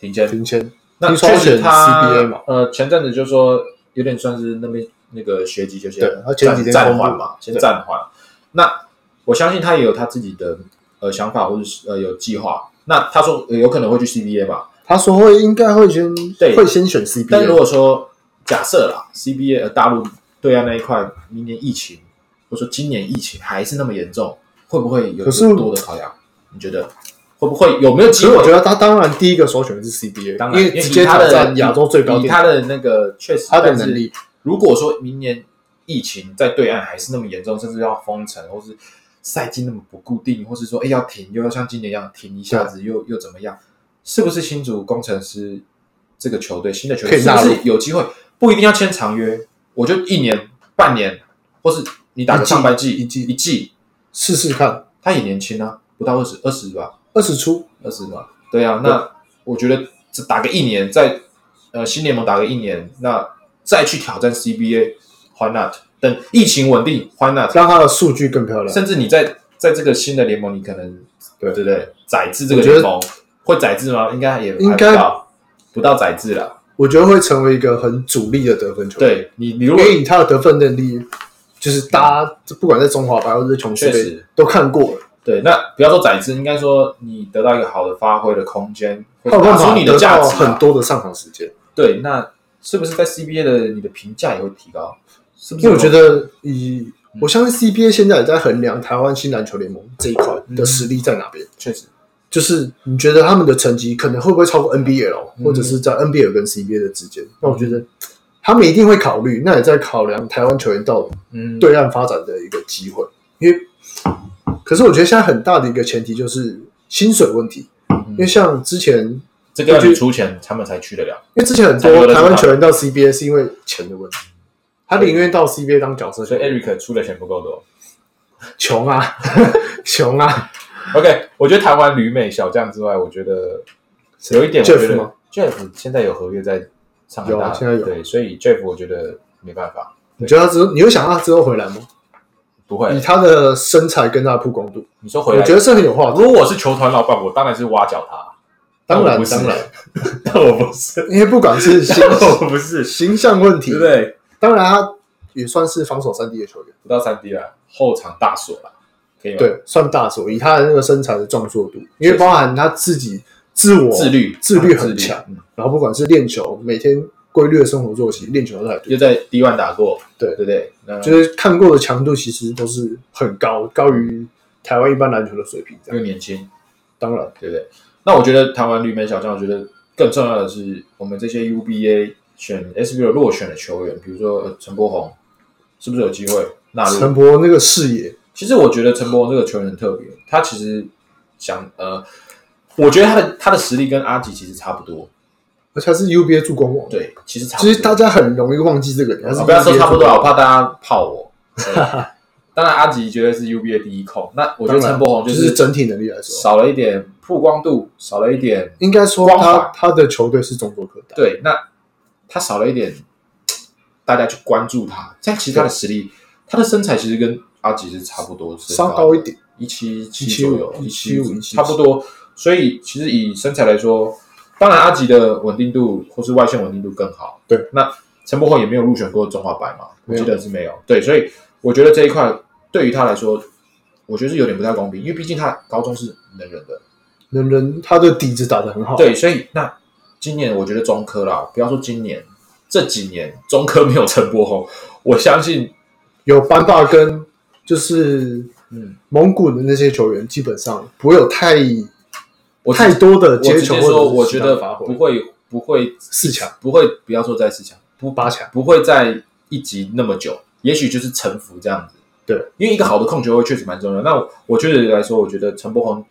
S2: 停签，
S1: 停签，
S2: 那
S1: 听说
S2: 确实
S1: 选
S2: 他
S1: CBA 嘛
S2: 呃，前阵子就说有点算是那边那个学籍就先
S1: 对他前几天
S2: 暂
S1: 公
S2: 暂
S1: 布
S2: 缓嘛，先
S1: 对
S2: 暂缓。那我相信他也有他自己的呃想法或者是呃有计划。那他说、呃有可能会去 CBA 嘛？
S1: 他说会应该会先
S2: 对
S1: 会先选
S2: 但如
S1: CBA，
S2: 果说假设啦，CBA 呃大陆对岸那一块明年疫情或者说今年疫情还是那么严重，会不会有
S1: 可是
S2: 更多的考量？你觉得？会不会有没有
S1: 其
S2: 机
S1: 实
S2: 会？
S1: 我觉得他当然第一个首选的是 CBA，
S2: 当
S1: 因
S2: 然，因
S1: 为
S2: 为
S1: 直接
S2: 以他
S1: 挑
S2: 的
S1: 战亚洲最高
S2: 以
S1: 点，
S2: 他的那个确实
S1: 他的
S2: 但是
S1: 能力，
S2: 如果说明年疫情在对岸还是那么严重，甚至要封城，或是赛季那么不固定，或是说哎要停，又要像今年一样停一下子，又又怎么样？是不是新竹工程师这个球队新的球队
S1: 可以
S2: 是
S1: 纳
S2: 不
S1: 入
S2: 是有机会？不一定要签长约，我就一年、半年，或是你打个
S1: 一季
S2: 上半季、
S1: 一季
S2: 一季，
S1: 试试看，
S2: 他也年轻啊，不到二十二十吧，
S1: 二十出，
S2: 二十吧，对啊，那我觉得这打个一年，在呃新联盟打个一年，那再去挑战 CBA，Why not？等疫情稳定，Why not？
S1: 让他的数据更漂亮。
S2: 甚至你在在这个新的联盟，你可能
S1: 对
S2: 对不对？宰制这个
S1: 我觉得
S2: 联盟会宰制吗？应该也
S1: 应该
S2: 还不到不到宰制了。
S1: 我觉得会成为一个很主力的得分球员，
S2: 对你，你如
S1: 因
S2: 果
S1: 为以他的得分能力，就是大家不管在中华白或者是琼斯
S2: 确
S1: 杯
S2: 实
S1: 都看过了，
S2: 对，那不要说宰制，应该说你得到一个好的发挥的空间，
S1: 他
S2: 或
S1: 有
S2: 者
S1: 办
S2: 打
S1: 法
S2: 出你的
S1: 得
S2: 价
S1: 到
S2: 值啊、
S1: 很多的上场时间。
S2: 对，那是不是在 CBA 的你的评价也会提高？是不是
S1: 因为
S2: 有？
S1: 我觉得以
S2: 嗯
S1: 我相信 CBA 现在也在衡量台湾新篮球联盟这一块
S2: 嗯
S1: 的实力在哪边，
S2: 确实，
S1: 就是你觉得他们的成绩可能会不会超过 NBL，、
S2: 嗯
S1: 或者是在 NBL 跟 CBA 的之间？那我觉得他们一定会考虑，那也在考量台湾球员到
S2: 嗯，
S1: 对岸发展的一个机会。因为，可是我觉得现在很大的一个前提就是薪水问题，因为像之前，因
S2: 这个要你出钱，他们才去得了。
S1: 为之前很
S2: 才有
S1: 多
S2: 得
S1: 台湾
S2: 到
S1: 球员到 CBA 是因为钱的问题，他宁愿到 CBA 当角色球
S2: 所以
S1: 员。
S2: Eric 出的钱不够多。
S1: 穷
S2: [laughs]
S1: 啊，穷啊，
S2: OK，我觉得谈完旅美小将之外，我觉得有一点我觉
S1: Jeff
S2: 得
S1: 吗
S2: Jeff 现在有合约在上海
S1: 有啊
S2: 大，
S1: 现在有
S2: 对，所以 Jeff 我觉得没办法，
S1: 你觉得他之后，你会想他之后回来吗？
S2: 不会
S1: 以。他的身材跟他的曝光度，
S2: 你说
S1: 嗯
S2: 回
S1: 我
S2: 来，
S1: 觉得是很有话题。
S2: 如果我是球团老板，我当然是挖角他。
S1: 当
S2: 但我
S1: 然，
S2: 不是
S1: 当然，，
S2: [laughs] 但我不
S1: [laughs]
S2: 是，
S1: 因为不管是
S2: [laughs]
S1: 形
S2: 但我不是，
S1: 形象问题
S2: 对不，对？
S1: 当然他也算是防守三 D 的球员，
S2: 不到三 D 了，后场大锁了，可以吗？，
S1: 对，算大手。以他的那个身材的壮硕度，因
S2: 啊确实
S1: 为包含他自己自我
S2: 自，律，
S1: 自律
S2: 他
S1: 很
S2: 自律
S1: 强
S2: 嗯
S1: 然后不管是练球，每天规律的生活作息，练球的态度，
S2: 又在 D one 打过，
S1: 对
S2: 对不对？那
S1: 就是看过的强度其实都是很高，高于台湾一般篮球的水平。这
S2: 又
S1: 样，
S2: 年轻，
S1: 当然，
S2: 对不对？那我觉得台湾绿美小将，我觉得更重要的是，我们这些 UBA 选 SBL 落选的球员，比如说呃陈柏宏，是不是有机会纳入？
S1: 陈博那个视野
S2: 其实我觉得陈柏宏这个球员很特别，他其实想呃，我觉得他的他的实力跟阿吉其实差不多，
S1: 而且他是 UBA 助攻王。，
S2: 对，其实差不多。
S1: 其实大家很容易忘记这个人，他是
S2: 啊不要说
S1: UBA
S2: 差不多啊，
S1: 助
S2: 我
S1: 攻王
S2: 怕大家泡我。
S1: [laughs]
S2: 对当然，阿吉绝对是 UBA 第一控。那啊我觉得
S1: 当然
S2: 陈柏宏就
S1: 就是
S2: 是
S1: 整体能力来说，
S2: 少了一点曝光度，少了一点
S1: 应该说
S2: 光
S1: 他
S2: 环
S1: 他的球队是众多可打。
S2: 对，那他少了一点大家去关注他，但其实他的实力，他的身材其实跟阿吉是差不多，是
S1: 稍高一点，
S2: 一七七
S1: 175
S2: 左右，
S1: 175 175
S2: 差不多。所以其实以身材来说，当然阿吉的稳定度或是外线稳定度更好。
S1: 对，
S2: 那陈柏宏也没有入选过中华白嘛，我
S1: 没有
S2: 记得是没有。对，所以我觉得这一块对于他来说，我觉得是有点不太公平，因为毕竟他高中是能人的。
S1: 人人他的底子打得很好，，
S2: 对，所以那今年我觉得中科啦，不要说今年，这几年中科没有陈柏宏，我相信，
S1: 有班霸跟就是
S2: 嗯，
S1: 蒙古的那些球员，基本上不会有太
S2: 我
S1: 太多的
S2: 我
S1: 接
S2: 直
S1: 球
S2: 接
S1: 或者
S2: 说，
S1: 是
S2: 我
S1: 其
S2: 觉
S1: 他
S2: 得
S1: 发
S2: 不
S1: 挥
S2: 会不会
S1: 四强
S2: 不会不要说在四强，不
S1: 八强，
S2: 不会在一集那么久，也许就是沉浮这样子。
S1: 对，
S2: 因为一个好的控球位确实蛮重要。那我我觉得来说，我觉得陈柏宏，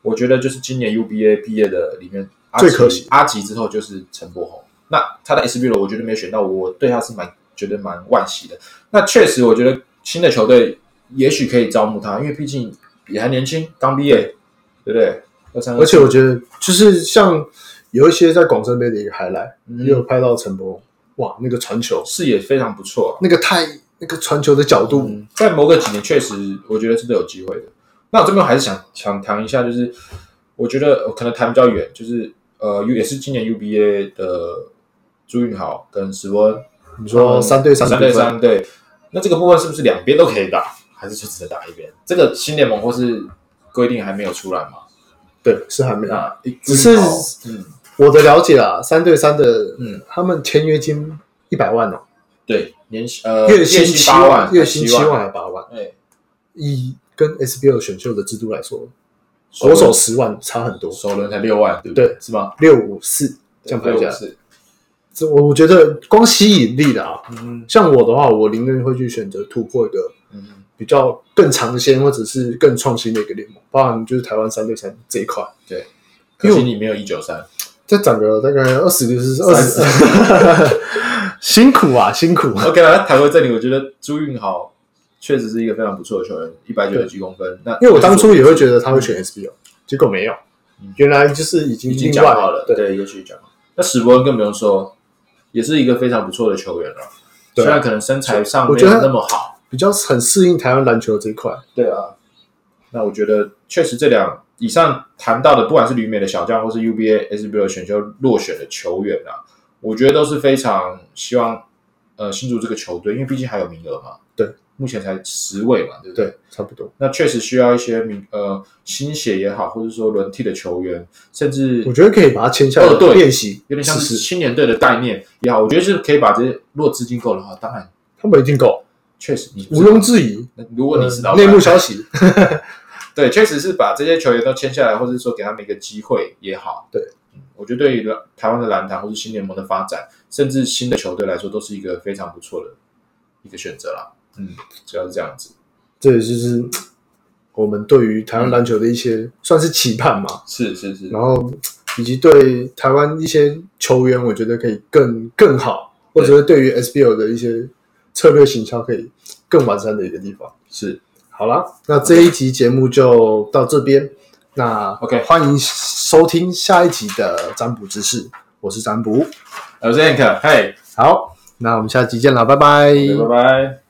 S2: 我觉得就是今年 UBA 毕业的里面，阿吉
S1: 最可惜
S2: 阿吉之后就是陈柏宏。那他的 SBL 我觉得没有选到，我对他是蛮觉得蛮惋惜的。那确实，我觉得新的球队也许可以招募他，因为毕竟也还年轻，刚毕业，对不对？二三，
S1: 而且我觉得就是像有一些在广深杯的一个海来，
S2: 嗯
S1: 也有拍到陈博，哇，那个传球，
S2: 视野非常不错。啊
S1: 那个太那个传球的角度，
S2: 嗯，在某个几年确实，我觉得是都有机会的。那我这边还是想想谈一下，就是我觉得呃可能谈比较远，就是呃，也是今年 UBA 的朱运豪跟石波恩，
S1: 你说三对三
S2: 三
S1: 的
S2: 对
S1: 部分
S2: 三对，那这个部分是不是两边都可以打，还是就只能打一边？这个新联盟或是规定还没有出来嘛？
S1: 对，是还没有。
S2: 那
S1: 只嗯是
S2: 朱运豪嗯，
S1: 我的了解啊，三对三的，
S2: 嗯
S1: 嗯，他们签约金一百万哦，
S2: 对，年薪呃
S1: 月薪
S2: 薪
S1: 七
S2: 八万，哎
S1: 月薪
S2: 七
S1: 七万，还八万，
S2: 对，哦
S1: 以跟 SBL 选秀的制度来说，
S2: 首
S1: 国
S2: 轮
S1: 手十万差很多，
S2: 首轮才六万，对不
S1: 对
S2: 是吗？
S1: 六五四这样排
S2: 对
S1: 下
S2: 六
S1: 来，
S2: 是
S1: 这我我觉得光吸引力的啊，
S2: 嗯
S1: 像我的话，我宁愿会去选择突破一个
S2: 嗯，
S1: 比较更尝鲜或者是更创新的一个联盟，包含就是台湾三对三这一块，
S2: 可惜你没有一九三，
S1: 再涨个大概二十就是二十， [laughs] 辛苦啊，辛苦、啊。
S2: OK 了，谈回这里，我觉得朱运豪确实是一个非常不错的球员，一百九十七公分。那
S1: 因为我当初也会觉得他会选 SBO，结果没有，原来就是已经
S2: 嗯已
S1: 另
S2: 经
S1: 外
S2: 讲好了，
S1: 对，
S2: 对，也许讲好。那史伯恩更不用说，也是一个非常不错的球员了，
S1: 对
S2: 虽
S1: 啊
S2: 然可能身材上
S1: 我
S2: 没
S1: 觉
S2: 有
S1: 得
S2: 那么好。
S1: 比较很适应台湾篮球这一块。
S2: 对啊，那我觉得确实这两以上谈到的，不管是旅美的小将，或是 UBA、SBL 选秀落选的球员啊，我觉得都是非常希望呃新竹这个球队，因为毕竟还有名额嘛，
S1: 对，
S2: 目前才十位嘛，对不对？
S1: 对，差不多。
S2: 那确实需要一些名呃新血也好，或者说轮替的球员，甚至
S1: 我觉得可以把它签下来
S2: 二队
S1: 练习，
S2: 嗯哦有点像
S1: 试
S2: 是
S1: 试
S2: 青年队的概念也好，我觉得是可以把这些，如果资金够的话，当然
S1: 他们一定够，
S2: 确实你
S1: 毋庸置疑。
S2: 疑。如果你是
S1: 呃
S2: 老板
S1: 内幕消息， [laughs]
S2: 对，确实是把这些球员都签下来，或者说给他们一个机会也好。
S1: 对
S2: 嗯，我觉得对于篮台湾的篮坛或是新联盟的发展，甚至新的球队来说，都是一个非常不错的一个选择啦。嗯，主要是这样子。
S1: 这也就是嗯我们对于台湾篮球的一些算是期盼嘛，
S2: 是是是，
S1: 然后嗯以及对台湾一些球员，我觉得可以更更好，或者是对于 SBL 的一些策略行销可以更完善的一个地方。
S2: 是
S1: 好啦，那这一集节目就到这边。那
S2: OK
S1: 欢迎收听下一集的占卜知识，我是占卜。
S2: 我是呃 Hank，嘿，
S1: 好，那我们下集见了，拜拜。
S2: 拜拜。